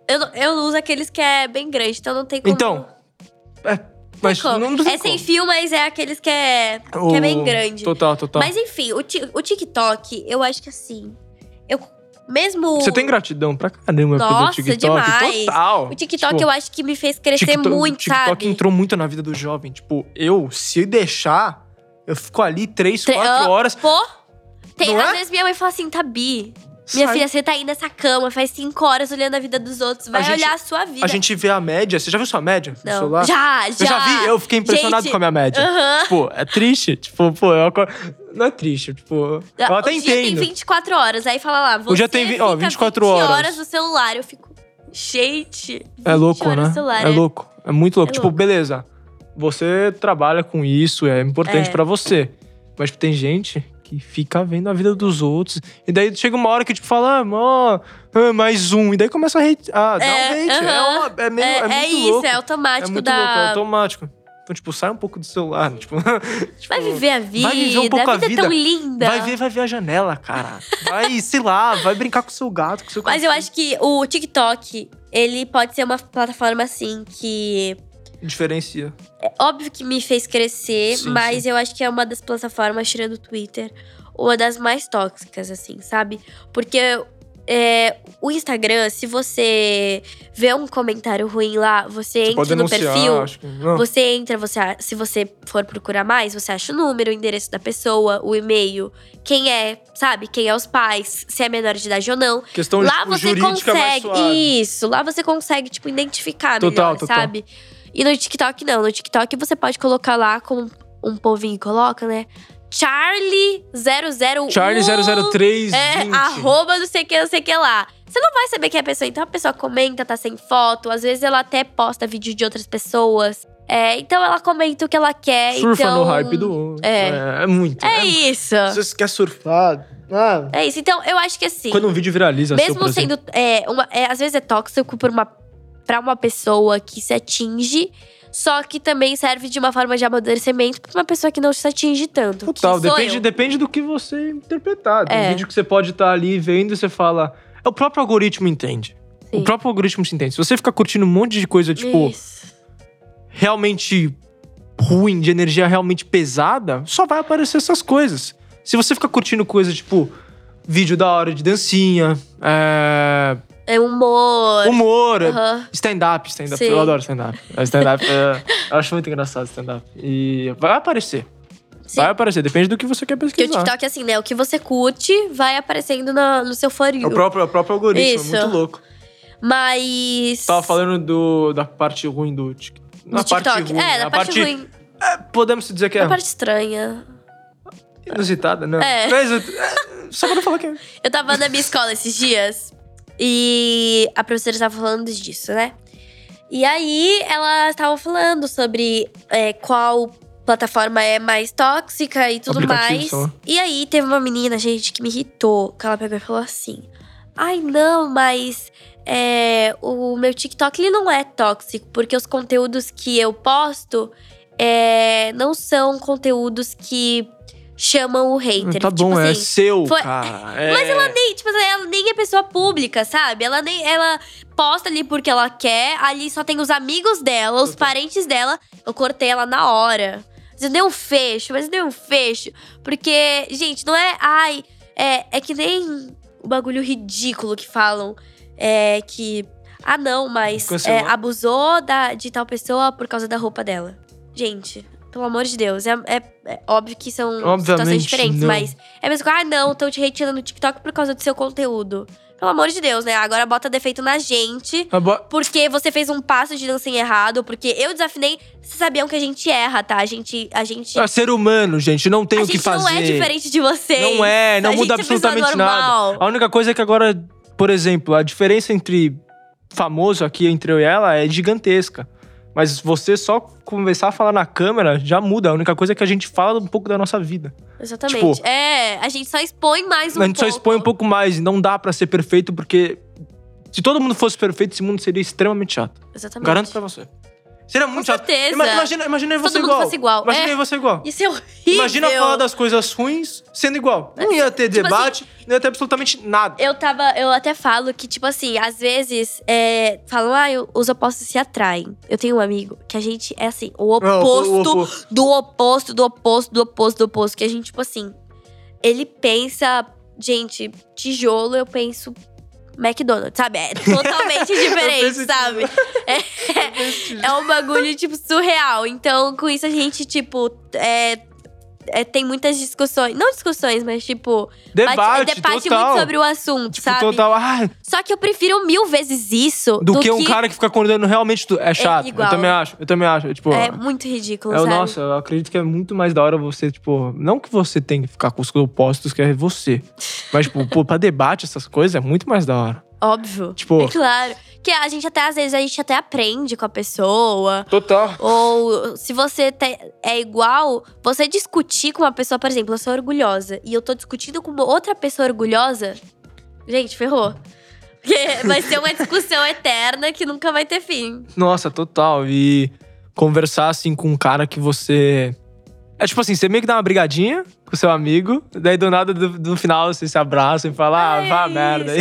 Speaker 2: Eu, não- eu uso aqueles que é bem grande, então não tem como.
Speaker 1: Então. É, mas
Speaker 2: Como?
Speaker 1: não tem
Speaker 2: é sem
Speaker 1: como.
Speaker 2: fio, mas é aqueles que é, que é bem
Speaker 1: O-
Speaker 2: grande.
Speaker 1: Total, total.
Speaker 2: Mas enfim, o, ti- o TikTok, eu acho que assim. Eu, mesmo.
Speaker 1: Você tem gratidão pra caramba pelo
Speaker 2: Nossa,
Speaker 1: TikTok.
Speaker 2: demais.
Speaker 1: Total.
Speaker 2: O TikTok
Speaker 1: Tipo,
Speaker 2: eu acho que me fez crescer
Speaker 1: TikTok-
Speaker 2: muito,
Speaker 1: TikTok então.
Speaker 2: sabe?
Speaker 1: entrou muito na vida do jovem. Tipo, eu, se deixar, eu fico ali três,
Speaker 2: Tre-
Speaker 1: quatro
Speaker 2: Ah,
Speaker 1: horas.
Speaker 2: Pô! Tem,
Speaker 1: Não
Speaker 2: às
Speaker 1: é?
Speaker 2: vezes minha mãe fala assim, Tabi, minha
Speaker 1: sai.
Speaker 2: filha, você tá aí nessa cama, faz cinco horas olhando a vida dos outros, vai
Speaker 1: gente-
Speaker 2: olhar a sua vida.
Speaker 1: A gente vê a média. Você já viu sua média no
Speaker 2: Não.
Speaker 1: celular?
Speaker 2: Já, já.
Speaker 1: Eu já vi, eu fiquei impressionado
Speaker 2: Gente,
Speaker 1: com a minha média.
Speaker 2: Aham.
Speaker 1: Tipo, é triste. Tipo, pô, eu acor- não é triste. Tipo, eu até
Speaker 2: o dia tem
Speaker 1: entendo.
Speaker 2: 24 horas, aí fala lá, você
Speaker 1: O dia tem vi-
Speaker 2: fica
Speaker 1: ó, 24
Speaker 2: 20
Speaker 1: horas
Speaker 2: horas no celular. Eu fico, gente, 20
Speaker 1: É louco,
Speaker 2: horas
Speaker 1: né?
Speaker 2: no celular,
Speaker 1: É louco. É muito louco.
Speaker 2: É
Speaker 1: tipo,
Speaker 2: louco.
Speaker 1: beleza. Você trabalha com isso, é importante
Speaker 2: É.
Speaker 1: pra você. Mas tipo, tem gente que fica vendo a vida dos outros. E daí chega uma hora que, tipo, fala, ah, mó, ah, mais um. E daí começa a hate. Ah, dá um
Speaker 2: É,
Speaker 1: hate. É,
Speaker 2: aham.
Speaker 1: uma- é meio,
Speaker 2: É,
Speaker 1: é, muito
Speaker 2: é isso,
Speaker 1: louco.
Speaker 2: é
Speaker 1: é
Speaker 2: automático
Speaker 1: muito
Speaker 2: da.
Speaker 1: louco, é automático. Então, tipo, sai um pouco do celular. né? Tipo,
Speaker 2: Vai viver a vida,
Speaker 1: viver um pouco a
Speaker 2: a vida
Speaker 1: vida.
Speaker 2: é tão linda.
Speaker 1: vai, um ver, vai ver a janela, cara. Vai, sei lá, vai brincar com o seu gato, com o seu
Speaker 2: Mas eu acho que o TikTok, ele pode ser uma plataforma assim que.
Speaker 1: Diferencia.
Speaker 2: é Óbvio que me fez crescer,
Speaker 1: Sim,
Speaker 2: mas eu acho que é uma das plataformas, tirando o Twitter, uma das mais tóxicas, assim, sabe? Porque é, o Instagram, se você vê um comentário ruim lá, você,
Speaker 1: Você pode
Speaker 2: entra no
Speaker 1: denunciar,
Speaker 2: perfil.
Speaker 1: acho que. Não.
Speaker 2: Você entra, você, a- se você for procurar mais, você acha o número, o endereço da pessoa, o e-mail, quem é, sabe? Quem é os pais, se é menor de idade ou não.
Speaker 1: Questão
Speaker 2: lá
Speaker 1: ju-
Speaker 2: você
Speaker 1: Então, tipo, jurídica mais
Speaker 2: consegue.
Speaker 1: suave.
Speaker 2: isso, lá você consegue, tipo, identificar
Speaker 1: Total,
Speaker 2: melhor,
Speaker 1: total.
Speaker 2: sabe? E no TikTok, não. No TikTok você pode colocar lá, como um povinho coloca, né? Charlie001.
Speaker 1: Charlie003.
Speaker 2: É, arroba não sei o que, não sei o que lá. Você não vai saber quem é a pessoa. Então a pessoa comenta, tá sem foto. Às vezes ela até posta vídeo de outras pessoas. É, então ela comenta o que ela quer.
Speaker 1: Surfa
Speaker 2: então...
Speaker 1: no hype do outro.
Speaker 2: é.
Speaker 1: É, é muito.
Speaker 2: É isso.
Speaker 1: Se você quer surfar, ah,
Speaker 2: É isso. Então eu acho que assim.
Speaker 1: quando um vídeo viraliza, seu,
Speaker 2: mesmo
Speaker 1: por exemplo,
Speaker 2: sendo. É, uma- é, às vezes é tóxico por uma, pra uma pessoa que se atinge. Só que também serve de uma forma de amadurecimento pra uma pessoa que não se atinge tanto. que
Speaker 1: Total,
Speaker 2: sou
Speaker 1: depende,
Speaker 2: eu.
Speaker 1: depende do que você interpretar. Tem
Speaker 2: É.
Speaker 1: vídeo que você pode estar ali vendo e você fala. "É O próprio algoritmo entende. O
Speaker 2: Sim.
Speaker 1: próprio algoritmo se entende. Se você ficar curtindo um monte de coisa, tipo,
Speaker 2: Isso.
Speaker 1: realmente ruim, de energia realmente pesada, só vai aparecer essas coisas. Se você ficar curtindo coisa, tipo, vídeo da hora de dancinha, é,
Speaker 2: É humor.
Speaker 1: humor,
Speaker 2: Aham.
Speaker 1: Stand-up, stand-up.
Speaker 2: Uhum. Sim.
Speaker 1: Eu adoro stand-up. Stand-up, é, eu acho muito engraçado stand-up. E vai aparecer.
Speaker 2: Sim.
Speaker 1: Vai aparecer, depende do que você quer
Speaker 2: Porque o
Speaker 1: pesquisar.
Speaker 2: TikTok, assim, né? O que você curte vai aparecendo na- no seu for
Speaker 1: É
Speaker 2: you.
Speaker 1: o próprio, é o próprio algoritmo,
Speaker 2: Isso.
Speaker 1: é muito louco.
Speaker 2: Mas.
Speaker 1: Tava falando do, da parte ruim do TikTok.
Speaker 2: do TikTok. é,
Speaker 1: né? a
Speaker 2: da parte ruim.
Speaker 1: Podemos dizer que é
Speaker 2: Da parte estranha.
Speaker 1: inusitada, não.
Speaker 2: É.
Speaker 1: Não é inusitado, é, só pra não falar que é.
Speaker 2: Eu tava na minha escola esses dias e a professora estava falando disso, né? E aí ela estava falando sobre é, qual plataforma é mais tóxica e tudo
Speaker 1: Aplicativo,
Speaker 2: mais.
Speaker 1: sei lá.
Speaker 2: E aí teve uma menina, gente, que me irritou, que ela pegou e falou assim: Ai, não, mas é, o meu TikTok ele não é tóxico, porque os conteúdos que eu posto é, não são conteúdos que chamam o hater.
Speaker 1: Tá
Speaker 2: Tipo
Speaker 1: bom, é
Speaker 2: assim,
Speaker 1: seu,
Speaker 2: foi-
Speaker 1: cara. É.
Speaker 2: mas ela nem, tipo, ela nem é pessoa pública, sabe? Ela nem ela posta ali porque ela quer, ali só tem os amigos dela, os
Speaker 1: Total.
Speaker 2: parentes dela. Eu cortei ela na hora. Mas eu dei um fecho, mas eu dei um fecho, porque, gente, não é, ai, é, é que nem o bagulho ridículo que falam é que ah não, mas
Speaker 1: Cancelou.
Speaker 2: é, abusou da, de tal pessoa por causa da roupa dela. Gente, Pelo amor de Deus. É, é- é óbvio que são situações
Speaker 1: Obviamente,
Speaker 2: diferentes,
Speaker 1: não.
Speaker 2: mas é mesmo que, ah, não, estão te retirando do TikTok por causa do seu conteúdo. Pelo amor de Deus, né? Agora bota defeito na gente.
Speaker 1: Abo-
Speaker 2: Porque você fez um passo de dancinha errado, porque eu desafinei. Vocês sabiam que a gente erra, tá? A gente. A gente,
Speaker 1: É ser humano, gente, não tem
Speaker 2: a
Speaker 1: o que
Speaker 2: gente
Speaker 1: fazer.
Speaker 2: não é diferente de vocês.
Speaker 1: Não é, não
Speaker 2: a
Speaker 1: muda
Speaker 2: gente é pessoa
Speaker 1: absolutamente
Speaker 2: normal.
Speaker 1: nada. A única coisa é que agora, por exemplo, a diferença entre famoso aqui, entre eu e ela, é gigantesca. Mas você só começar a falar na câmera já muda. A única coisa é que a gente fala um pouco da nossa vida.
Speaker 2: Exatamente.
Speaker 1: Tipo-
Speaker 2: é, a gente só expõe mais um pouco.
Speaker 1: a gente só expõe um pouco mais. e Não dá pra ser perfeito, porque se todo mundo fosse perfeito, esse mundo seria extremamente chato.
Speaker 2: Exatamente.
Speaker 1: Garanto pra você. Seria muito
Speaker 2: Com
Speaker 1: chato.
Speaker 2: certeza.
Speaker 1: Ima- Imagina, imagina
Speaker 2: Se
Speaker 1: você
Speaker 2: todo mundo
Speaker 1: igual.
Speaker 2: fosse igual,
Speaker 1: Imagina
Speaker 2: é.
Speaker 1: eu e você igual.
Speaker 2: Isso é horrível.
Speaker 1: Imagina falar das coisas ruins sendo igual. Não ia ter
Speaker 2: Tipo É
Speaker 1: debate, não ia ter absolutamente nada.
Speaker 2: Eu tava. Eu até falo que, tipo assim, às vezes é, falam, ah, eu- os opostos se atraem. Eu tenho um amigo que a gente é assim, o
Speaker 1: Não,
Speaker 2: oposto,
Speaker 1: Ah, o- o- o-
Speaker 2: do oposto, do oposto, do oposto, do oposto. Que a gente, tipo assim, ele pensa, gente, tijolo, eu penso. McDonald's, sabe? É totalmente
Speaker 1: Eu
Speaker 2: diferente,
Speaker 1: penso em
Speaker 2: sabe? É, é um bagulho, tipo, surreal. Então, com isso, a gente, tipo, é, é, tem muitas discussões. Não discussões, mas, tipo,
Speaker 1: Debate,
Speaker 2: bate- debate
Speaker 1: total.
Speaker 2: muito sobre o assunto,
Speaker 1: Tipo,
Speaker 2: sabe?
Speaker 1: total. Ah,
Speaker 2: Só que eu prefiro mil vezes isso
Speaker 1: do, que, um cara que fica acordando realmente. tu- É chato. eu
Speaker 2: igual.
Speaker 1: também acho. Eu também acho. Tipo,
Speaker 2: É
Speaker 1: é
Speaker 2: muito ridículo,
Speaker 1: o
Speaker 2: sabe?
Speaker 1: nossa, eu acredito que é muito mais da hora você, tipo. Não que você tem que ficar com os opostos, que é você. Mas, tipo, pô, pra debate, essas coisas, é muito mais da hora.
Speaker 2: Óbvio.
Speaker 1: Tipo-
Speaker 2: É claro. Que a gente até, às vezes, a gente até aprende com a pessoa.
Speaker 1: Total.
Speaker 2: Ou se você te- é igual, você discutir com uma pessoa, por exemplo, eu sou orgulhosa e eu tô discutindo com uma outra pessoa orgulhosa, gente, ferrou. Porque vai ser uma discussão eterna que nunca vai ter fim.
Speaker 1: Nossa, total. E conversar, assim, com um cara que você. É tipo assim, você meio que dá uma brigadinha com seu amigo, daí do nada, do- no final, você se abraça e fala, ah,
Speaker 2: É
Speaker 1: vá a
Speaker 2: isso.
Speaker 1: merda.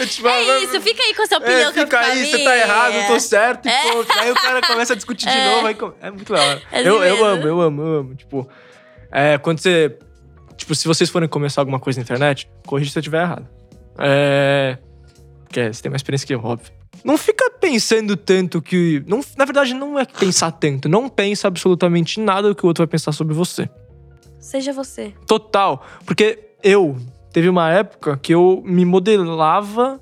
Speaker 1: E, tipo,
Speaker 2: É
Speaker 1: vai-
Speaker 2: isso, fica aí com a sua opinião.
Speaker 1: É,
Speaker 2: que eu
Speaker 1: fica aí,
Speaker 2: falei.
Speaker 1: você tá errado, eu tô certo, e
Speaker 2: É.
Speaker 1: ponto. Aí o cara começa a discutir de
Speaker 2: É.
Speaker 1: novo. Aí, come- é muito legal.
Speaker 2: É assim
Speaker 1: eu, eu
Speaker 2: mesmo.
Speaker 1: amo, eu amo, eu amo. Tipo, é, quando você. Tipo, se vocês forem começar alguma coisa na internet, corrija se eu tiver errado. É. Porque você tem mais experiência que eu, óbvio. Não fica pensando tanto que. Não, na verdade, não é pensar tanto. Não pensa absolutamente nada do que o outro vai pensar sobre você.
Speaker 2: Seja você.
Speaker 1: Total. Porque eu teve uma época que eu me modelava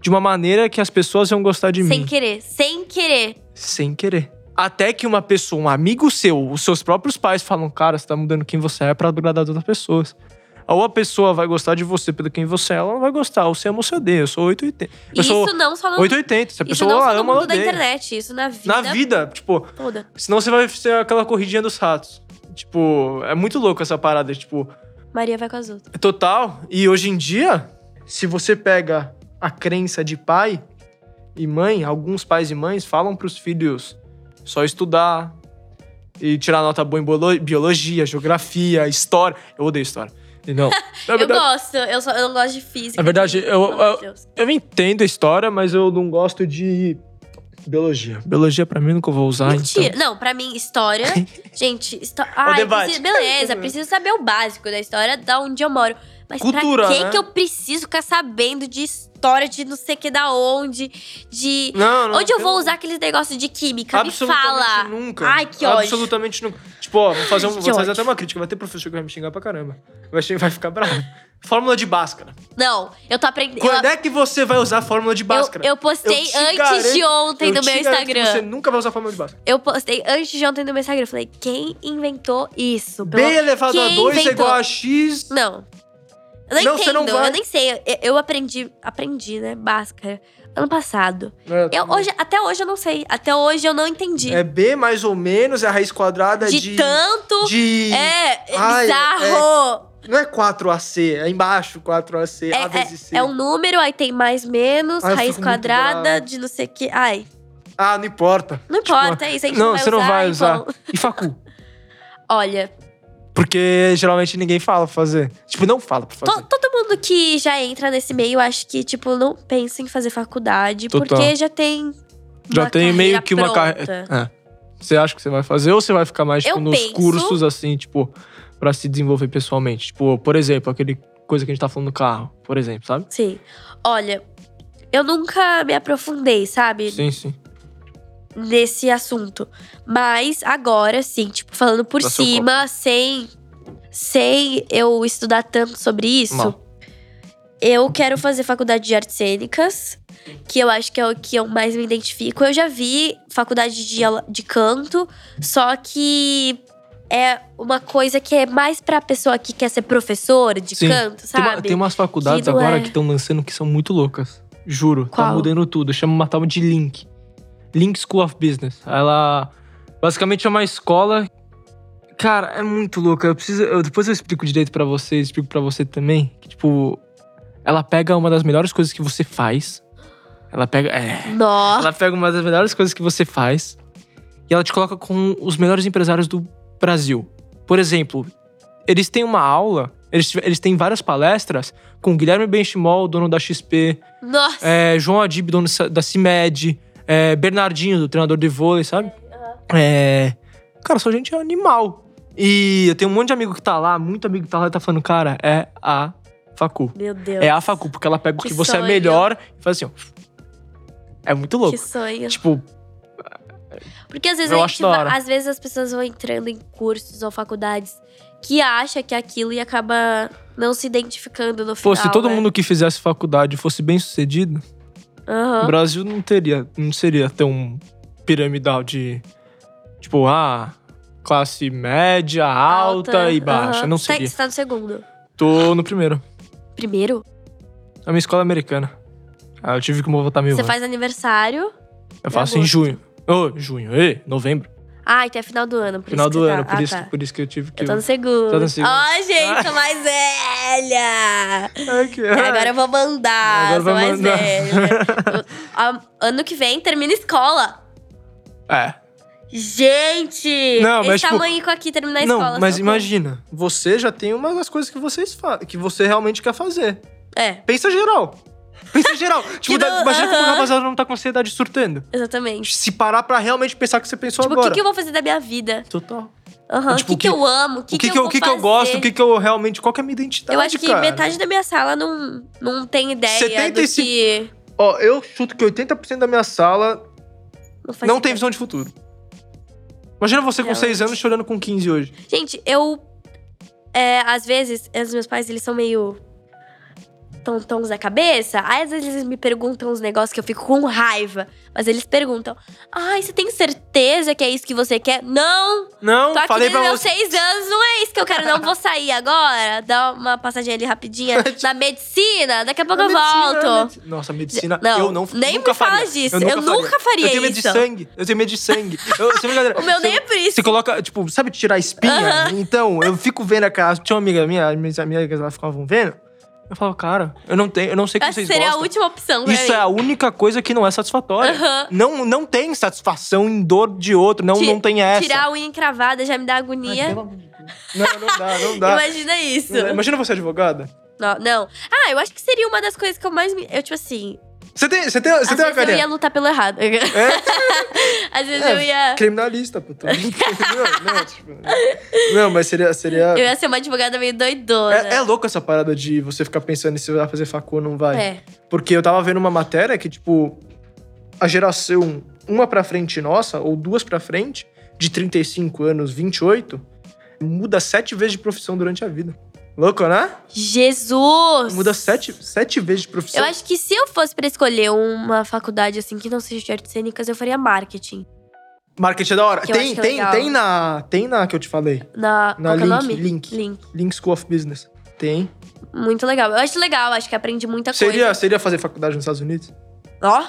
Speaker 1: de uma maneira que as pessoas iam gostar de
Speaker 2: sem
Speaker 1: mim.
Speaker 2: querer, sem querer.
Speaker 1: Sem querer. Até que uma pessoa, um amigo seu, os seus próprios pais falam: Cara, você tá mudando quem você é pra agradar as outras pessoas. Ou a pessoa vai gostar de você pelo quem você é, ela não vai gostar. Ou você ama ou você odeia. Eu sou 880. Eu sou
Speaker 2: isso não só no,
Speaker 1: 880. Se a
Speaker 2: isso
Speaker 1: pessoa "Ah,
Speaker 2: não só no
Speaker 1: ama, ela
Speaker 2: mundo da
Speaker 1: odeia.
Speaker 2: internet, né? isso na vida,
Speaker 1: Na vida, tipo,
Speaker 2: toda.
Speaker 1: senão você vai ser aquela corridinha dos ratos. Tipo, é muito louco essa parada. Tipo,
Speaker 2: Maria vai com as outras.
Speaker 1: Total. E hoje em dia, se você pega a crença de pai e mãe, alguns pais e mães falam pros filhos só estudar e tirar nota boa em biolo- biologia, geografia, história. Eu odeio história. E Não. Na
Speaker 2: Eu
Speaker 1: É verdade,
Speaker 2: gosto, eu, só, eu não gosto de física.
Speaker 1: Na verdade,
Speaker 2: assim,
Speaker 1: eu-
Speaker 2: pelo amor de
Speaker 1: eu- Tá,
Speaker 2: Deus.
Speaker 1: eu entendo a história, mas eu não gosto de biologia. Biologia pra mim nunca vou usar.
Speaker 2: Mentira.
Speaker 1: então.
Speaker 2: Não, pra mim, história. gente, história. Ai,
Speaker 1: debate.
Speaker 2: preciso- beleza, preciso saber o básico da história da onde eu moro. Mas
Speaker 1: Cultura,
Speaker 2: pra que,
Speaker 1: né?
Speaker 2: que eu preciso ficar sabendo de história, de não sei que da onde, de.
Speaker 1: Não, não.
Speaker 2: onde eu vou usar aqueles negócios de química? Me
Speaker 1: Absolutamente
Speaker 2: fala.
Speaker 1: nunca.
Speaker 2: Ai, que ódio.
Speaker 1: Absolutamente nunca. Tipo, ó, vou fazer, um-
Speaker 2: Que
Speaker 1: vou fazer
Speaker 2: ódio.
Speaker 1: até uma crítica. Vai ter professor que vai me xingar pra caramba. Vai, xing- vai ficar bravo. Fórmula de Bhaskara.
Speaker 2: Não, eu tô aprendendo.
Speaker 1: Quando é que você vai usar a fórmula de
Speaker 2: eu,
Speaker 1: Bhaskara?
Speaker 2: eu postei
Speaker 1: te
Speaker 2: antes
Speaker 1: garanto-
Speaker 2: de ontem
Speaker 1: eu
Speaker 2: no
Speaker 1: te garanto
Speaker 2: meu
Speaker 1: que
Speaker 2: Instagram.
Speaker 1: Você nunca vai usar a fórmula de Bhaskara.
Speaker 2: Eu postei antes de ontem no meu Instagram. Eu falei, quem inventou isso? Pelo-
Speaker 1: B elevado a
Speaker 2: Quem
Speaker 1: 2 é
Speaker 2: inventou?
Speaker 1: igual a X.
Speaker 2: Não. Eu não,
Speaker 1: Não, você
Speaker 2: entendo,
Speaker 1: não vai.
Speaker 2: eu nem sei. Eu, eu aprendi, aprendi, né, Bhaskara, ano passado.
Speaker 1: É,
Speaker 2: Eu, hoje, até hoje eu não sei, até hoje eu não entendi.
Speaker 1: é B mais ou menos, é a raiz quadrada
Speaker 2: de,
Speaker 1: de.
Speaker 2: tanto,
Speaker 1: de-
Speaker 2: é, é
Speaker 1: Ai,
Speaker 2: bizarro.
Speaker 1: Não é 4AC, é embaixo 4AC,
Speaker 2: É,
Speaker 1: A vezes C.
Speaker 2: é, é um número, aí tem mais, menos,
Speaker 1: Ai, eu
Speaker 2: raiz
Speaker 1: fico muito
Speaker 2: quadrada,
Speaker 1: bravo.
Speaker 2: de não sei o que. Ai,
Speaker 1: Ah, não importa.
Speaker 2: não
Speaker 1: Tipo,
Speaker 2: importa, é isso. A gente
Speaker 1: não,
Speaker 2: vai
Speaker 1: você não
Speaker 2: usar,
Speaker 1: vai
Speaker 2: e
Speaker 1: usar.
Speaker 2: bom.
Speaker 1: E facu?
Speaker 2: Olha,
Speaker 1: Porque geralmente ninguém fala pra fazer. Tipo, não fala pra
Speaker 2: To-
Speaker 1: fazer.
Speaker 2: todo mundo que já entra nesse meio, acho que, tipo, não pensa em fazer faculdade,
Speaker 1: Total.
Speaker 2: porque já tem.
Speaker 1: Já
Speaker 2: uma
Speaker 1: tem meio
Speaker 2: carreira
Speaker 1: que uma carreira.
Speaker 2: pronta.
Speaker 1: Você acha que você vai fazer ou você vai ficar mais tipo,
Speaker 2: Eu
Speaker 1: nos
Speaker 2: penso.
Speaker 1: cursos, assim, tipo, pra se desenvolver pessoalmente? Tipo, por exemplo, aquele coisa que a gente tá falando no carro, por exemplo, sabe?
Speaker 2: Sim. Olha, eu nunca me aprofundei, sabe?
Speaker 1: Sim, sim.
Speaker 2: nesse assunto. Mas agora, sim, tipo, falando por
Speaker 1: Dá seu
Speaker 2: cima, sem, sem eu estudar tanto sobre isso,
Speaker 1: Mal.
Speaker 2: eu quero fazer faculdade de artes cênicas, que eu acho que é o que eu mais me identifico. Eu já vi faculdade de, aula- de canto, só que é uma coisa que é mais pra pessoa que quer ser professora de
Speaker 1: Sim.
Speaker 2: canto,
Speaker 1: Tem,
Speaker 2: sabe?
Speaker 1: uma- tem umas faculdades
Speaker 2: Que não
Speaker 1: agora
Speaker 2: é.
Speaker 1: que estão lançando que são muito loucas. Juro, tá
Speaker 2: Qual?
Speaker 1: mudando tudo. Chama uma tal de Link. Link School of Business. Ela basicamente é uma escola. Cara, é muito louca. Eu preciso. eu- depois eu explico direito pra você, explico pra você também. Que, tipo, ela pega uma das melhores coisas que você faz. Ela pega. É,
Speaker 2: Nossa,
Speaker 1: ela pega uma das melhores coisas que você faz e ela te coloca com os melhores empresários do Brasil. Por exemplo, eles têm uma aula, eles, tive- eles têm várias palestras com Guilherme Benchimol, dono da XP,
Speaker 2: nossa.
Speaker 1: é, João Adib, dono sa- da CIMED, é, Bernardinho, do treinador de vôlei, sabe? É, cara, só gente é animal. E eu tenho um monte de amigo que tá lá, muito amigo que tá lá e tá falando, cara, é a facu.
Speaker 2: Meu Deus.
Speaker 1: É a facu, porque ela pega o que,
Speaker 2: Que
Speaker 1: você é
Speaker 2: sonho.
Speaker 1: melhor e faz assim, ó. É muito louco.
Speaker 2: Que sonho.
Speaker 1: Tipo,
Speaker 2: Porque às vezes,
Speaker 1: Eu
Speaker 2: a
Speaker 1: acho
Speaker 2: gente
Speaker 1: da
Speaker 2: va-
Speaker 1: hora.
Speaker 2: às vezes as pessoas vão entrando em cursos ou faculdades que acha que é aquilo e acaba não se identificando no
Speaker 1: Pô,
Speaker 2: final.
Speaker 1: se todo
Speaker 2: né?
Speaker 1: mundo que fizesse faculdade fosse bem sucedido,
Speaker 2: Aham.
Speaker 1: o Brasil não teria, não seria tão piramidal de tipo, ah, classe média, alta, e baixa.
Speaker 2: aham.
Speaker 1: Não
Speaker 2: Você-
Speaker 1: seria.
Speaker 2: Você tá no segundo.
Speaker 1: Tô no primeiro.
Speaker 2: Primeiro,
Speaker 1: A minha escola é americana. Ah, eu tive que voltar meu
Speaker 2: você
Speaker 1: ano.
Speaker 2: faz aniversário.
Speaker 1: Eu faço em
Speaker 2: agosto.
Speaker 1: junho. Ô, junho, ei, novembro.
Speaker 2: Ah, então é final do ano. Por
Speaker 1: final
Speaker 2: isso que
Speaker 1: do
Speaker 2: você tá-
Speaker 1: ano, por,
Speaker 2: ah,
Speaker 1: isso,
Speaker 2: tá.
Speaker 1: por isso que eu tive que.
Speaker 2: Eu tô no segundo.
Speaker 1: Tá no segundo.
Speaker 2: Ó, gente, eu mais velha!
Speaker 1: Ai, que-
Speaker 2: Agora eu vou mandar,
Speaker 1: Agora
Speaker 2: sou
Speaker 1: vai
Speaker 2: mais
Speaker 1: mandar.
Speaker 2: velha. Ah, ano que vem termina escola.
Speaker 1: É.
Speaker 2: Gente!
Speaker 1: Não, mas,
Speaker 2: esse
Speaker 1: tipo,
Speaker 2: tamanhico aqui terminar a
Speaker 1: não,
Speaker 2: escola.
Speaker 1: mas
Speaker 2: só com-
Speaker 1: imagina, você já tem uma das coisas que vocês fa- que você realmente quer fazer.
Speaker 2: É,
Speaker 1: Pensa geral. Pensa geral. tipo,
Speaker 2: Que
Speaker 1: da-
Speaker 2: do-
Speaker 1: imagina como a
Speaker 2: aham.
Speaker 1: rapaziada não tá com ansiedade surtando.
Speaker 2: exatamente.
Speaker 1: Se parar pra realmente pensar o que você pensou
Speaker 2: tipo, o que
Speaker 1: agora.
Speaker 2: que eu vou fazer da minha vida?
Speaker 1: Total.
Speaker 2: Aham,
Speaker 1: Tipo,
Speaker 2: o que, que,
Speaker 1: o que-
Speaker 2: eu amo? O que,
Speaker 1: o que, que,
Speaker 2: eu
Speaker 1: eu, o que, que eu gosto, o que, que eu realmente. Qual que é a minha identidade?
Speaker 2: Eu acho que
Speaker 1: cara?
Speaker 2: metade da minha sala não, não tem ideia
Speaker 1: 75
Speaker 2: do que...
Speaker 1: Ó, eu chuto que 80% da minha sala
Speaker 2: Não, faz
Speaker 1: não tem
Speaker 2: ideia.
Speaker 1: visão de futuro. Imagina você com 6
Speaker 2: Realmente.
Speaker 1: anos chorando com 15 hoje.
Speaker 2: Gente, eu... é, às vezes, os meus pais, eles são meio... Tão tons da cabeça. Aí, às vezes, eles me perguntam uns negócios que eu fico com raiva. Mas eles perguntam... Ai, você tem certeza que é isso que você quer? Não!
Speaker 1: Não,
Speaker 2: Tô aqui
Speaker 1: falei
Speaker 2: desde
Speaker 1: pra
Speaker 2: meus
Speaker 1: você.
Speaker 2: seis anos, não é isso que eu quero, não. Vou sair agora, dar uma passadinha ali rapidinha na medicina, daqui a pouco
Speaker 1: A
Speaker 2: eu
Speaker 1: medicina, né? a
Speaker 2: volto.
Speaker 1: medi- Nossa, a medicina.
Speaker 2: Não,
Speaker 1: eu não
Speaker 2: nem
Speaker 1: nunca
Speaker 2: me fala
Speaker 1: faria.
Speaker 2: disso. Eu nunca faria
Speaker 1: Eu tenho medo de
Speaker 2: isso.
Speaker 1: sangue. Eu tenho medo de sangue. Eu, sem brincadeira.
Speaker 2: O meu nem
Speaker 1: Se-
Speaker 2: é por isso.
Speaker 1: Você coloca, tipo, sabe tirar espinha? Então, eu fico vendo aquela. Tinha uma amiga minha, as minhas amigas lá ficavam vendo. Eu falava, cara, eu não tenho, eu não sei o que
Speaker 2: Essa
Speaker 1: vocês
Speaker 2: seria a
Speaker 1: gostam.
Speaker 2: última opção, pra
Speaker 1: Isso é
Speaker 2: mim.
Speaker 1: a única coisa que não é satisfatória.
Speaker 2: Aham.
Speaker 1: Não, não tem satisfação em dor de outro, não,
Speaker 2: Ti-
Speaker 1: um, não tem essa.
Speaker 2: Tirar a unha encravada já me dá agonia.
Speaker 1: Não, não dá, não dá.
Speaker 2: Imagina isso.
Speaker 1: Não é dá. Imagina você advogada.
Speaker 2: Não, não. Ah, eu acho que seria uma das coisas que eu mais me. Eu, tipo assim.
Speaker 1: Você tem, você tem, você
Speaker 2: às
Speaker 1: tem uma
Speaker 2: vezes eu
Speaker 1: carinha. É?
Speaker 2: ia lutar pelo errado. às vezes eu ia.
Speaker 1: Criminalista, pô. tô brincando. não, não, tipo, não, mas seria. seria...
Speaker 2: Eu ia ser uma advogada meio doidona.
Speaker 1: É, é louco essa parada de você ficar pensando em se vai fazer facu ou não vai.
Speaker 2: É.
Speaker 1: Porque eu tava vendo uma matéria que, tipo, a geração uma pra frente nossa, ou duas pra frente, de 35 anos, 28, muda sete vezes de profissão durante a vida. Louco, né?
Speaker 2: Jesus!
Speaker 1: Muda sete, sete vezes de profissão.
Speaker 2: Eu acho que se eu fosse pra escolher uma faculdade assim que não seja de artes cênicas, eu faria marketing.
Speaker 1: Marketing é da hora.
Speaker 2: que eu
Speaker 1: Tem,
Speaker 2: acho que é
Speaker 1: tem,
Speaker 2: legal.
Speaker 1: tem na. Tem na que eu te falei.
Speaker 2: Na,
Speaker 1: Na
Speaker 2: qual que é o
Speaker 1: Link,
Speaker 2: nome?
Speaker 1: Link. Link School of Business. Tem.
Speaker 2: Muito legal. Eu acho legal, acho que aprendi muita
Speaker 1: Seria,
Speaker 2: coisa.
Speaker 1: seria fazer faculdade nos Estados Unidos?
Speaker 2: Ó,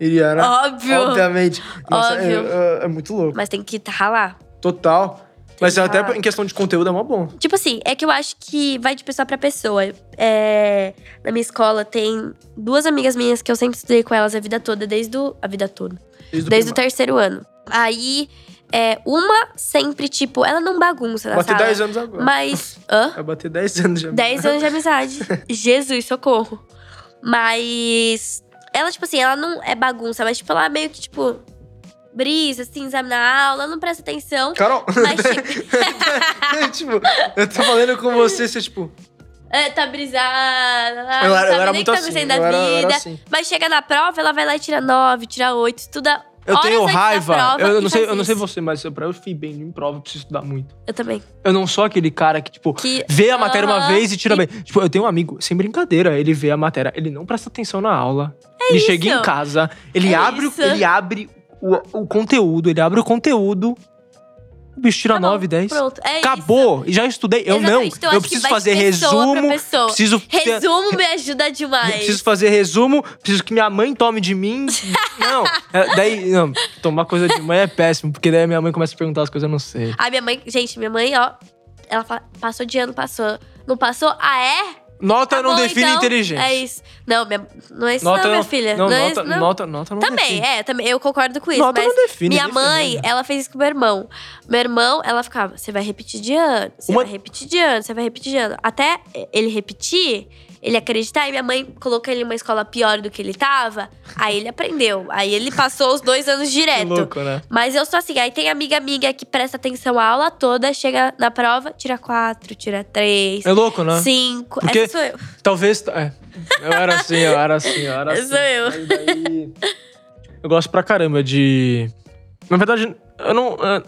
Speaker 1: Iria, né?
Speaker 2: óbvio.
Speaker 1: Obviamente. Nossa, é-
Speaker 2: Óbvio.
Speaker 1: É, é muito louco.
Speaker 2: Mas tem que ralar.
Speaker 1: Total. Mas
Speaker 2: que
Speaker 1: até
Speaker 2: falar.
Speaker 1: em questão de conteúdo é mó bom.
Speaker 2: Tipo assim, é que eu acho que vai de pessoa pra pessoa. É, na minha escola tem duas amigas minhas que eu sempre estudei com elas a vida toda, desde o, a vida toda.
Speaker 1: Desde,
Speaker 2: desde
Speaker 1: primário.
Speaker 2: o terceiro ano. Aí, é, uma sempre, tipo, ela não bagunça na
Speaker 1: Bater
Speaker 2: sala.
Speaker 1: 10 anos agora.
Speaker 2: Mas. Hã?
Speaker 1: Vai bater 10 anos já.
Speaker 2: 10 anos de amizade. Jesus, socorro. Mas ela, tipo assim, ela não é bagunça, mas tipo, ela meio que, tipo, brisa, assim, examina a aula, não presta atenção.
Speaker 1: Carol!
Speaker 2: Mas, tipo,
Speaker 1: tipo, eu tô falando com você, você, tipo.
Speaker 2: é, tá brisada, ah,
Speaker 1: eu
Speaker 2: não
Speaker 1: era, eu
Speaker 2: sabe
Speaker 1: era
Speaker 2: nem o
Speaker 1: muito
Speaker 2: que tá
Speaker 1: assim.
Speaker 2: acontecendo
Speaker 1: eu
Speaker 2: da
Speaker 1: era, eu era
Speaker 2: vida.
Speaker 1: assim.
Speaker 2: Mas chega na prova, ela vai lá e tira 9, tira 8, estuda
Speaker 1: Eu
Speaker 2: Horas
Speaker 1: tenho
Speaker 2: antes da
Speaker 1: raiva.
Speaker 2: prova
Speaker 1: eu,
Speaker 2: e
Speaker 1: não sei,
Speaker 2: faz
Speaker 1: eu não sei
Speaker 2: isso.
Speaker 1: você, mas eu- pra eu fui bem em prova, eu preciso estudar muito.
Speaker 2: Eu também.
Speaker 1: Eu não sou aquele cara que, tipo,
Speaker 2: Que.
Speaker 1: vê a matéria uma
Speaker 2: Aham.
Speaker 1: vez e tira bem. Tipo, eu tenho um amigo, sem brincadeira, ele vê a matéria, ele não presta atenção na aula. ele
Speaker 2: É isso.
Speaker 1: chega em casa, ele
Speaker 2: É
Speaker 1: abre, o-
Speaker 2: isso.
Speaker 1: ele abre o, o conteúdo, ele abre o conteúdo. O bicho tira
Speaker 2: Tá bom,
Speaker 1: 9, 10.
Speaker 2: Pronto. É isso.
Speaker 1: Acabou, já estudei. Eu não.
Speaker 2: Exatamente. Então,
Speaker 1: eu
Speaker 2: acho que
Speaker 1: preciso
Speaker 2: vai de
Speaker 1: fazer
Speaker 2: pessoa pra
Speaker 1: resumo.
Speaker 2: pessoa.
Speaker 1: Preciso ter-
Speaker 2: Resumo me ajuda demais.
Speaker 1: Preciso fazer resumo, preciso que minha mãe tome de mim. Não, é, daí, não, tomar coisa de mãe é péssimo, porque daí minha mãe começa a perguntar as coisas, eu não sei.
Speaker 2: A minha mãe, gente, minha mãe, ó, ela fala, passou de ano, passou. Não passou? Ah, é?
Speaker 1: Nota
Speaker 2: Tá
Speaker 1: não
Speaker 2: bom,
Speaker 1: define
Speaker 2: então.
Speaker 1: inteligência.
Speaker 2: É isso. Não, minha, não é isso,
Speaker 1: Nota
Speaker 2: não, minha filha.
Speaker 1: Não,
Speaker 2: é
Speaker 1: nota,
Speaker 2: isso, não.
Speaker 1: nota, nota não
Speaker 2: Também,
Speaker 1: define.
Speaker 2: é, também. Eu concordo com isso.
Speaker 1: nota
Speaker 2: mas
Speaker 1: não define.
Speaker 2: minha
Speaker 1: define.
Speaker 2: mãe, ela fez isso com meu irmão. Meu irmão, ela ficava, você vai repetir de ano, você
Speaker 1: Uma-
Speaker 2: vai repetir de ano, você vai repetir de ano. Até ele repetir, ele acreditar, e minha mãe colocou ele em uma escola pior do que ele tava, aí ele aprendeu. Aí ele passou os dois anos
Speaker 1: Que
Speaker 2: direto.
Speaker 1: louco, né?
Speaker 2: Mas eu sou assim, aí tem amiga amiga que presta atenção a aula toda, chega na prova, tira quatro, tira três,
Speaker 1: É louco, né?
Speaker 2: cinco.
Speaker 1: Porque-
Speaker 2: Essa sou eu.
Speaker 1: Talvez. é, eu era assim, eu era assim, eu era assim.
Speaker 2: Sou eu.
Speaker 1: Mas daí, eu gosto pra caramba de. Na verdade, eu não. é,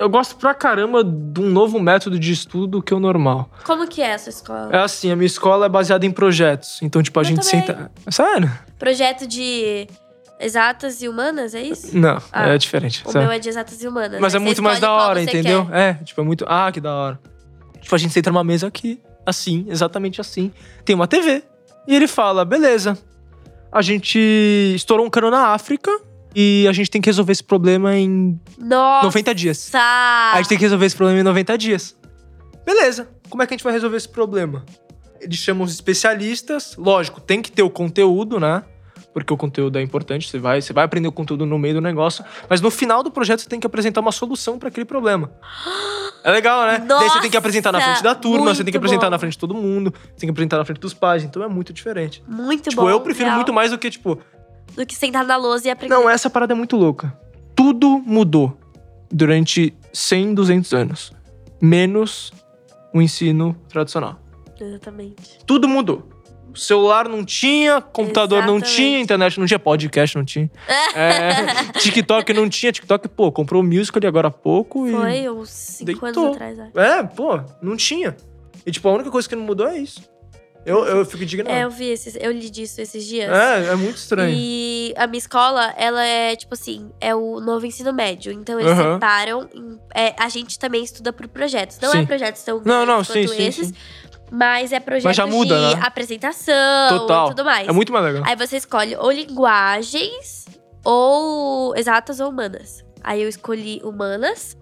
Speaker 1: Eu gosto pra caramba de um novo método de estudo que é o normal.
Speaker 2: Como que é a sua escola?
Speaker 1: É assim, a minha escola é baseada em projetos. Então, tipo, a
Speaker 2: Eu
Speaker 1: gente
Speaker 2: também.
Speaker 1: senta. Sério?
Speaker 2: Projeto de exatas e humanas, é isso?
Speaker 1: Não,
Speaker 2: Ah,
Speaker 1: é diferente.
Speaker 2: O
Speaker 1: sério.
Speaker 2: meu é de exatas e humanas.
Speaker 1: Mas é
Speaker 2: Aí você
Speaker 1: muito mais da
Speaker 2: escolhe qual
Speaker 1: hora,
Speaker 2: você
Speaker 1: entendeu?
Speaker 2: quer.
Speaker 1: É, tipo, é muito. Ah, que da hora. Tipo, a gente senta numa mesa aqui, assim, exatamente assim. Tem uma TV. E ele fala: beleza, a gente estourou um cano na África e a gente tem que resolver esse problema em
Speaker 2: Nossa!
Speaker 1: 90 dias. A
Speaker 2: Ah.
Speaker 1: gente tem que resolver esse problema em 90 dias. Beleza. Como é que a gente vai resolver esse problema? Eles chamam os especialistas. Lógico, tem que ter o conteúdo, né? Porque o conteúdo é importante, você vai, você vai aprender o conteúdo no meio do negócio. Mas no final do projeto você tem que apresentar uma solução para aquele problema. É legal, né? Daí você tem que apresentar na
Speaker 2: Nossa,
Speaker 1: frente da turma, você tem
Speaker 2: muito
Speaker 1: que apresentar
Speaker 2: bom.
Speaker 1: na frente de todo mundo, você tem que apresentar na frente dos pais, então é muito diferente.
Speaker 2: Muito
Speaker 1: tipo,
Speaker 2: bom.
Speaker 1: eu prefiro
Speaker 2: real,
Speaker 1: muito mais do que, tipo,
Speaker 2: Do que sentar na lousa e aprender.
Speaker 1: não, essa parada é muito louca. Tudo mudou durante 100, 200 anos. Menos o ensino tradicional.
Speaker 2: Exatamente.
Speaker 1: Tudo mudou. O celular não tinha, computador não
Speaker 2: Exatamente.
Speaker 1: tinha, internet não tinha, podcast não tinha. É, TikTok não tinha. TikTok, pô, comprou o Musical.ly agora há pouco e...
Speaker 2: Foi uns cinco
Speaker 1: Deitou.
Speaker 2: anos atrás, acho.
Speaker 1: É, pô, não tinha. E, tipo, a única coisa que não mudou é isso. Eu, eu fico indignado.
Speaker 2: É, eu vi esses, eu li disso esses dias.
Speaker 1: É, é muito estranho.
Speaker 2: E a minha escola, ela é tipo assim, é o novo ensino médio. Então eles
Speaker 1: Aham.
Speaker 2: separam. em- é, a gente também estuda por projetos. Não
Speaker 1: Sim.
Speaker 2: é projetos tão
Speaker 1: Não, não,
Speaker 2: grandes
Speaker 1: sim,
Speaker 2: quanto
Speaker 1: sim,
Speaker 2: esses,
Speaker 1: sim.
Speaker 2: mas é projetos
Speaker 1: Mas já muda,
Speaker 2: de
Speaker 1: né?
Speaker 2: apresentação
Speaker 1: Total.
Speaker 2: e tudo mais.
Speaker 1: É muito mais legal.
Speaker 2: Aí você escolhe ou linguagens, ou exatas ou humanas. Aí eu escolhi humanas.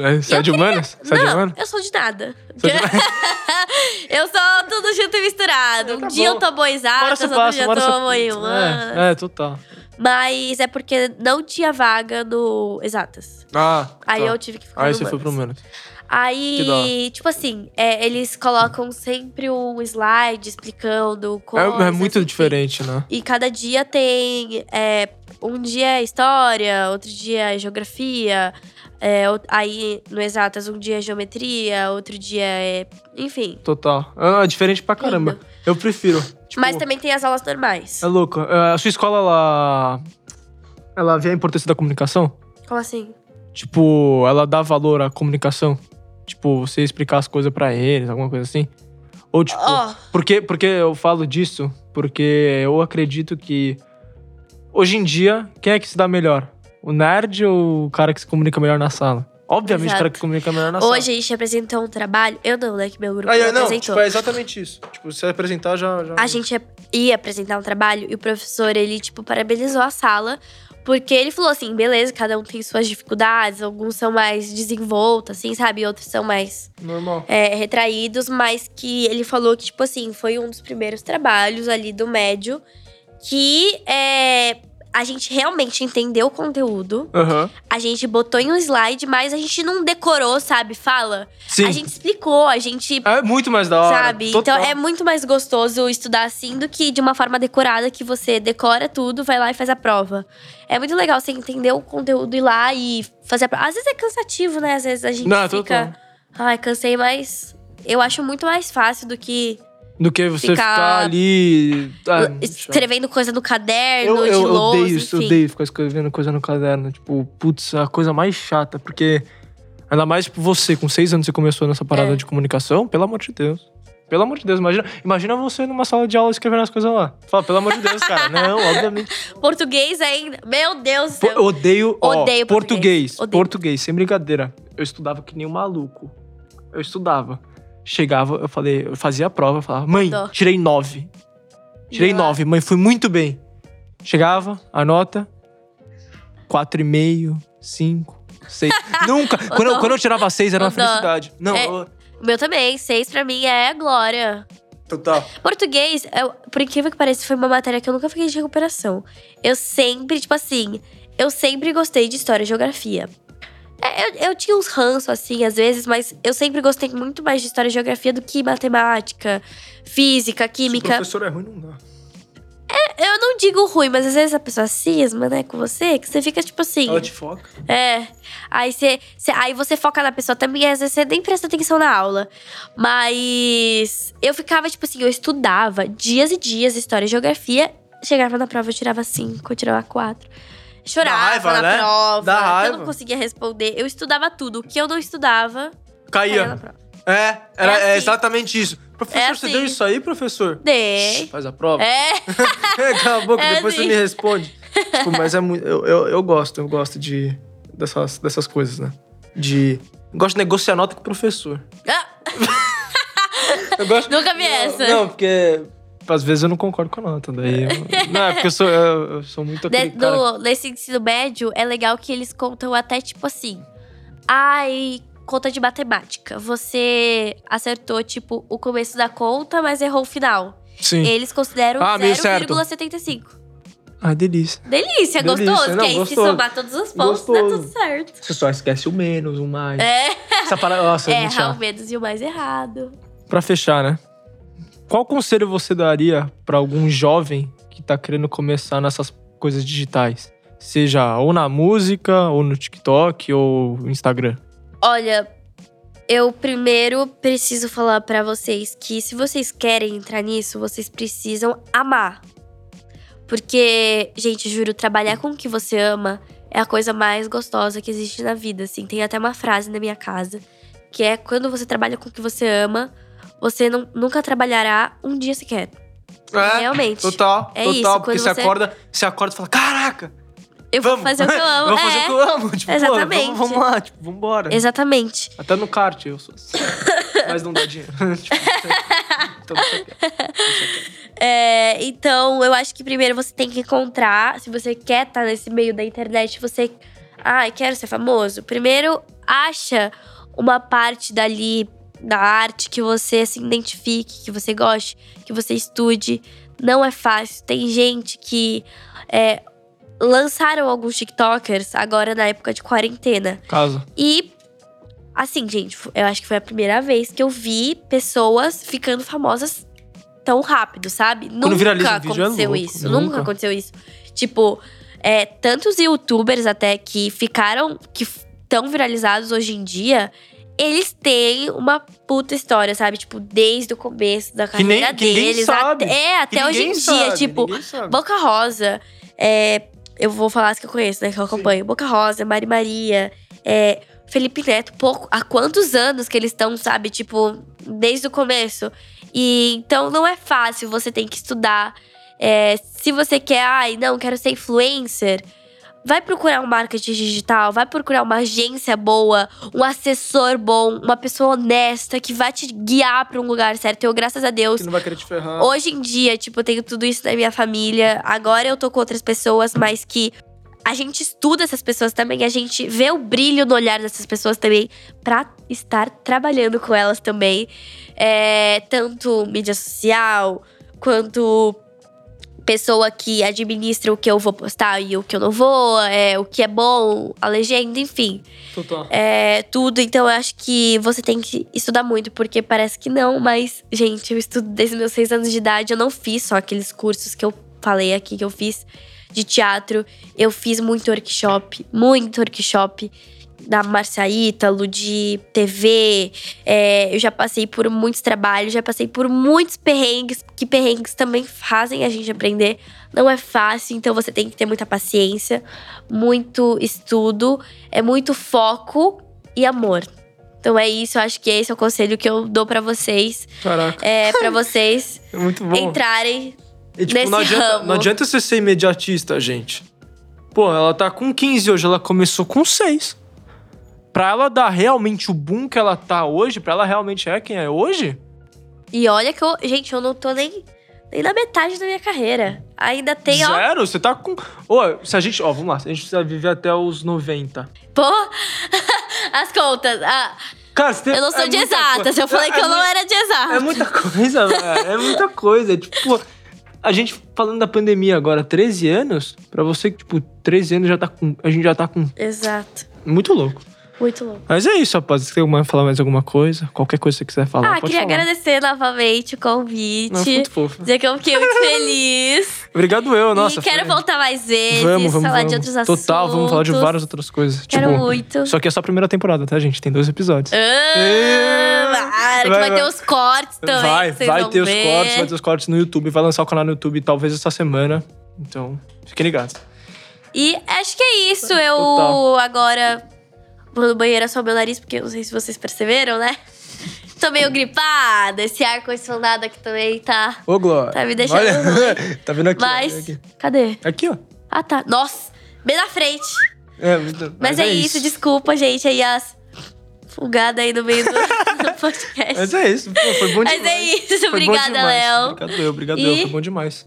Speaker 1: É, Sai de humanas? Sai de
Speaker 2: não,
Speaker 1: humanas?
Speaker 2: eu sou de nada.
Speaker 1: Sai de-
Speaker 2: eu sou tudo junto e misturado. Um
Speaker 1: Tá
Speaker 2: dia
Speaker 1: bom.
Speaker 2: eu tomo
Speaker 1: Uma hora
Speaker 2: exatas,
Speaker 1: você
Speaker 2: outro
Speaker 1: passa, uma
Speaker 2: dia eu
Speaker 1: hora você-
Speaker 2: tomo humanas.
Speaker 1: É, é, total.
Speaker 2: Mas é porque não tinha vaga no Exatas.
Speaker 1: Ah,
Speaker 2: Aí
Speaker 1: tá.
Speaker 2: eu tive que ficar
Speaker 1: Aí
Speaker 2: no
Speaker 1: você foi pro É,
Speaker 2: Humanas.
Speaker 1: menos. Que da
Speaker 2: Aí, tipo assim, é, eles colocam sempre um slide explicando como.
Speaker 1: É, é muito diferente, né?
Speaker 2: E cada dia tem. é, um dia é história, outro dia é geografia. é, o- aí no Exatas, um dia é geometria, outro dia é. Enfim.
Speaker 1: Total. É é diferente pra caramba.
Speaker 2: Lindo.
Speaker 1: Eu prefiro. Tipo,
Speaker 2: Mas também tem as aulas normais.
Speaker 1: É louco. É, A sua escola, ela. Ela vê a importância da comunicação?
Speaker 2: Como assim?
Speaker 1: Tipo, ela dá valor à comunicação? Tipo, você explicar as coisas pra eles, alguma coisa assim? Ou tipo.
Speaker 2: Ó,
Speaker 1: Por que, por que eu falo disso? Porque eu acredito que hoje em dia, quem é que se dá melhor? O nerd ou o cara que se comunica melhor na sala? Obviamente, o cara
Speaker 2: Exato.
Speaker 1: que se comunica melhor na sala.
Speaker 2: hoje a gente apresentou um trabalho. Eu não, né? Que meu grupo
Speaker 1: Ah, é, não,
Speaker 2: apresentou.
Speaker 1: tipo, é exatamente isso. Tipo, se apresentar já. já...
Speaker 2: A gente ia- ia apresentar um trabalho e o professor, ele, tipo, parabenizou a sala. Porque ele falou assim, beleza, cada um tem suas dificuldades. Alguns são mais desenvoltos, assim, sabe? Outros são mais
Speaker 1: Normal.
Speaker 2: é, retraídos. Mas que ele falou que, tipo assim, foi um dos primeiros trabalhos ali do médio. Que é, a gente realmente entendeu o conteúdo.
Speaker 1: Aham.
Speaker 2: A gente botou em um slide, mas a gente não decorou, sabe? Fala.
Speaker 1: Sim.
Speaker 2: A gente explicou, a gente
Speaker 1: É muito mais da hora.
Speaker 2: Sabe?
Speaker 1: Total.
Speaker 2: Então é muito mais gostoso estudar assim do que de uma forma decorada que você decora tudo, vai lá e faz a prova. É muito legal você entender o conteúdo ir lá e fazer a prova. Às vezes é cansativo, né? Às vezes a gente
Speaker 1: Não,
Speaker 2: fica.
Speaker 1: total.
Speaker 2: Ai, cansei, mas eu acho muito mais fácil do que
Speaker 1: Do que você
Speaker 2: Ficar-
Speaker 1: ficar, ali. ah, sei lá.
Speaker 2: Escrevendo coisa no caderno, de
Speaker 1: eu
Speaker 2: lousa,
Speaker 1: odeio isso,
Speaker 2: enfim.
Speaker 1: odeio ficar escrevendo coisa no caderno. Tipo, putz, é a coisa mais chata, porque. Ainda mais tipo, você, com seis anos você começou nessa parada
Speaker 2: É.
Speaker 1: de comunicação, pelo amor de Deus. Pelo amor de Deus, imagina, imagina você numa sala de aula escrevendo as coisas lá. Fala, pelo amor de Deus, cara. Não, obviamente.
Speaker 2: Português ainda. Meu Deus do
Speaker 1: Po-
Speaker 2: céu.
Speaker 1: eu odeio, ó,
Speaker 2: Odeio português.
Speaker 1: português. Português,
Speaker 2: Odeio.
Speaker 1: sem brincadeira. Eu estudava que nem um maluco. Eu estudava. Chegava, eu falei, eu fazia a prova, eu falava, mãe,
Speaker 2: Dó.
Speaker 1: tirei nove. Tirei
Speaker 2: Ia lá.
Speaker 1: nove, mãe, fui muito bem. Chegava, a nota. Quatro e meio, cinco, seis. Nunca! quando, eu,
Speaker 2: dó.
Speaker 1: quando eu tirava seis, era
Speaker 2: O
Speaker 1: uma
Speaker 2: dó.
Speaker 1: felicidade. Não,
Speaker 2: É.
Speaker 1: eu-
Speaker 2: O meu também. Seis pra mim é glória.
Speaker 1: total.
Speaker 2: Português, eu- por incrível que pareça, foi uma matéria que eu nunca fiquei de recuperação. Eu sempre, tipo assim, eu sempre gostei de história e geografia. É, Eu, eu tinha uns ranços, assim, às vezes, mas eu sempre gostei muito mais de história e geografia do que matemática, física, química.
Speaker 1: professor é ruim, não dá.
Speaker 2: Eu não digo ruim, mas às vezes a pessoa cisma, né, com você, que você fica, tipo assim.
Speaker 1: Ela te foca.
Speaker 2: É. Aí você, você- aí você foca na pessoa também, às vezes você nem presta atenção na aula. Mas eu ficava, tipo assim, eu estudava dias e dias história e geografia. Chegava na prova, eu tirava cinco, eu tirava quatro. Chorava
Speaker 1: Dá raiva,
Speaker 2: na
Speaker 1: né?
Speaker 2: prova,
Speaker 1: Dá
Speaker 2: que eu
Speaker 1: raiva.
Speaker 2: não conseguia responder. Eu estudava tudo. O que eu não estudava, caía na
Speaker 1: Caía.
Speaker 2: prova.
Speaker 1: É,
Speaker 2: era- é assim. é
Speaker 1: exatamente isso. Professor,
Speaker 2: É você assim. deu isso
Speaker 1: aí, professor?
Speaker 2: Dei.
Speaker 1: Faz a prova.
Speaker 2: É,
Speaker 1: Cala a boca,
Speaker 2: É
Speaker 1: depois
Speaker 2: assim.
Speaker 1: você me responde. Tipo, mas é muito. Eu, eu, eu gosto, eu gosto de. Dessas, dessas coisas, né? De. Gosto de negociar nota com o professor.
Speaker 2: Ah,
Speaker 1: Eu gosto.
Speaker 2: nunca vi
Speaker 1: Não,
Speaker 2: essa.
Speaker 1: Não, porque. Às vezes eu não concordo com a nota, daí. eu- não, é porque eu sou, eu, eu sou muito
Speaker 2: De-
Speaker 1: aquele cara.
Speaker 2: no- nesse ensino médio, é legal que eles contam até tipo assim. Ai, conta de matemática. Você acertou, tipo, o começo da conta, mas errou o final.
Speaker 1: Sim.
Speaker 2: Eles consideram
Speaker 1: Ah, meio certo.
Speaker 2: 0,75.
Speaker 1: Ai, delícia. Delícia,
Speaker 2: Delícia, gostoso.
Speaker 1: não,
Speaker 2: que aí,
Speaker 1: gostoso.
Speaker 2: se somar todos os pontos, dá tudo
Speaker 1: Gostoso.
Speaker 2: certo.
Speaker 1: Você só esquece o menos, o mais.
Speaker 2: É,
Speaker 1: Essa parada. Nossa, é, muito
Speaker 2: errar o
Speaker 1: chato.
Speaker 2: menos e o mais errado.
Speaker 1: Pra fechar, né? Qual conselho você daria pra algum jovem que tá querendo começar nessas coisas digitais? Seja ou na música, ou no TikTok, ou no Instagram.
Speaker 2: Olha, eu primeiro preciso falar pra vocês que se vocês querem entrar nisso, vocês precisam amar. Porque, gente, juro, trabalhar com o que você ama é a coisa mais gostosa que existe na vida, assim. Tem até uma frase na minha casa, que é quando você trabalha com o que você ama, você não- nunca trabalhará um dia sequer. Realmente.
Speaker 1: Total,
Speaker 2: É
Speaker 1: total.
Speaker 2: isso,
Speaker 1: porque
Speaker 2: quando
Speaker 1: você
Speaker 2: você-
Speaker 1: acorda, você acorda e fala: Caraca!
Speaker 2: Eu
Speaker 1: vamos,
Speaker 2: vou fazer o que eu amo.
Speaker 1: vou fazer
Speaker 2: é,
Speaker 1: o que eu amo. Tipo, pô,
Speaker 2: exatamente.
Speaker 1: vamos, vamos lá, tipo, vambora.
Speaker 2: Exatamente.
Speaker 1: Até no kart eu sou assim. Mas não dá dinheiro. tipo, então deixa quieto.
Speaker 2: É, então, eu acho que primeiro você tem que encontrar, se você quer estar nesse meio da internet, você. Ai, quero ser famoso. Primeiro, acha uma parte dali da arte que você se identifique, que você goste, que você estude. Não é fácil. Tem gente que é, lançaram alguns TikTokers agora na época de quarentena.
Speaker 1: Casa.
Speaker 2: E, assim, gente, fo- eu acho que foi a primeira vez que eu vi pessoas ficando famosas tão rápido, sabe?
Speaker 1: Quando viraliza
Speaker 2: nunca
Speaker 1: um vídeo é
Speaker 2: aconteceu
Speaker 1: louco,
Speaker 2: isso. Nunca.
Speaker 1: nunca.
Speaker 2: aconteceu isso. Tipo, é, tantos youtubers até que ficaram. que estão viralizados hoje em dia. Eles têm uma puta história, sabe? Tipo, desde o começo da
Speaker 1: Que
Speaker 2: carreira
Speaker 1: nem- que ninguém
Speaker 2: deles.
Speaker 1: sabe.
Speaker 2: Até, é, até hoje em dia. Tipo, Boca Rosa, é, eu vou falar as que eu conheço, né? Que eu acompanho. Boca Rosa, Mari Maria, é, Felipe Neto, pouco, há quantos anos que eles estão, sabe? Tipo, desde o começo. E então não é fácil, você tem que estudar. É, se você quer, ai, não, quero ser influencer. Vai procurar um marketing digital, vai procurar uma agência boa, um assessor bom, uma pessoa honesta que vai te guiar para um lugar certo. Eu, graças a Deus,
Speaker 1: que não vai querer te ferrar.
Speaker 2: Hoje em dia, tipo, eu tenho tudo isso na minha família. Agora eu tô com outras pessoas, mas que a gente estuda essas pessoas também, a gente vê o brilho no olhar dessas pessoas também pra estar trabalhando com elas também. É, tanto mídia social quanto pessoa que administra o que eu vou postar e o que eu não vou, é, o que é bom, a legenda, enfim
Speaker 1: Total.
Speaker 2: é, tudo. Então eu acho que você tem que estudar muito, porque parece que não, mas, gente, eu estudo desde meus seis anos de idade. Eu não fiz só aqueles cursos que eu falei aqui que eu fiz de teatro. Eu fiz muito workshop, muito workshop. da Marcia Ítalo, de TV. É, eu já passei por muitos trabalhos, já passei por muitos perrengues, que perrengues também fazem a gente aprender. Não é fácil, então você tem que ter muita paciência, muito estudo, é muito foco e amor. Então é isso, eu acho que esse é o conselho que eu dou pra vocês.
Speaker 1: Caraca,
Speaker 2: É para vocês
Speaker 1: é muito bom.
Speaker 2: entrarem
Speaker 1: E, tipo, não
Speaker 2: nesse
Speaker 1: adianta,
Speaker 2: ramo.
Speaker 1: não adianta você ser imediatista, gente. Pô, ela tá com 15 hoje, ela começou com 6. Pra ela dar realmente o boom que ela tá hoje, pra ela realmente é quem é hoje,
Speaker 2: E olha que eu. Gente, eu não tô nem, nem na metade da minha carreira. Ainda tem, ó.
Speaker 1: zero. Você tá com. Ô, se a gente. Ó, vamos lá, se a gente precisa viver até os 90.
Speaker 2: Pô! As contas. Ah,
Speaker 1: Cara, você tem-
Speaker 2: eu não sou
Speaker 1: é
Speaker 2: de
Speaker 1: muita
Speaker 2: exatas.
Speaker 1: coisa.
Speaker 2: Eu falei
Speaker 1: É-
Speaker 2: que
Speaker 1: é
Speaker 2: eu não
Speaker 1: mui-
Speaker 2: era de exatas.
Speaker 1: É muita coisa, velho. É muita coisa. Tipo, a gente falando da pandemia agora, 13 anos, pra você que, tipo, 13 anos já tá com. A gente já tá com.
Speaker 2: Exato.
Speaker 1: Muito louco.
Speaker 2: Muito louco.
Speaker 1: Mas é isso, rapaz. Você tem que falar mais alguma coisa? Qualquer coisa que você quiser falar,
Speaker 2: ah,
Speaker 1: pode
Speaker 2: queria
Speaker 1: falar.
Speaker 2: agradecer novamente o
Speaker 1: Não, foi
Speaker 2: convite.
Speaker 1: muito fofo.
Speaker 2: dizer que eu fiquei muito feliz.
Speaker 1: Obrigado eu, nossa.
Speaker 2: e quero
Speaker 1: foi-
Speaker 2: voltar mais vezes,
Speaker 1: Vamos, vamos,
Speaker 2: falar de
Speaker 1: vamos.
Speaker 2: outros assuntos.
Speaker 1: Total, vamos falar de várias outras coisas.
Speaker 2: Quero
Speaker 1: tipo,
Speaker 2: muito.
Speaker 1: Só que é só a primeira temporada, tá, gente? Tem dois episódios.
Speaker 2: Ah,
Speaker 1: É.
Speaker 2: para,
Speaker 1: Vai,
Speaker 2: que vai,
Speaker 1: vai.
Speaker 2: ter os cortes também.
Speaker 1: vai,
Speaker 2: que vocês
Speaker 1: vai
Speaker 2: vão
Speaker 1: ter os
Speaker 2: ver.
Speaker 1: cortes, vai ter os cortes no YouTube. Vai lançar o canal no YouTube talvez essa semana. Então, fiquem ligados.
Speaker 2: E acho que é isso.
Speaker 1: Então
Speaker 2: Eu
Speaker 1: Total.
Speaker 2: agora vou no banheiro é só meu nariz, porque eu não sei se vocês perceberam, né? Tô meio gripada. Esse ar-condicionado aqui também tá.
Speaker 1: Ô, Glória.
Speaker 2: Tá me deixando
Speaker 1: tá vendo aqui? ó,
Speaker 2: Mas.
Speaker 1: Aqui,
Speaker 2: Cadê?
Speaker 1: Aqui, ó.
Speaker 2: Ah, tá. Nossa, bem na frente.
Speaker 1: É, mas,
Speaker 2: Mas, é, isso. desculpa, gente, aí as fugadas aí no meio do, do podcast.
Speaker 1: Mas é isso. Pô, foi bom demais.
Speaker 2: Mas é isso,
Speaker 1: Foi bom
Speaker 2: obrigada,
Speaker 1: demais.
Speaker 2: Léo.
Speaker 1: Obrigado, eu. Obrigado,
Speaker 2: E-
Speaker 1: eu. Foi bom demais.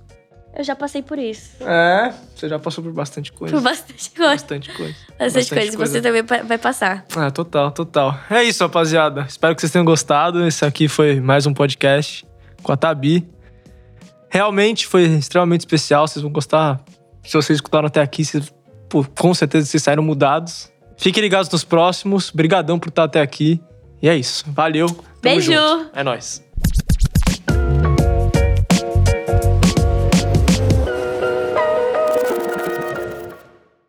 Speaker 2: Eu já passei por isso.
Speaker 1: É, você já passou por bastante coisa.
Speaker 2: Por bastante coisa.
Speaker 1: Bastante coisa.
Speaker 2: Bastante, coisa. E Você também pa- vai passar.
Speaker 1: Ah, total, total. É isso, rapaziada. Espero que vocês tenham gostado. Esse aqui foi mais um podcast com a Tabi. Realmente foi extremamente especial. Vocês vão gostar. Se vocês escutaram até aqui, vocês- pô, com certeza vocês saíram mudados. Fiquem ligados nos próximos. Brigadão por estar até aqui. E é isso. Valeu. Tamo
Speaker 2: Beijo.
Speaker 1: junto. É nóis.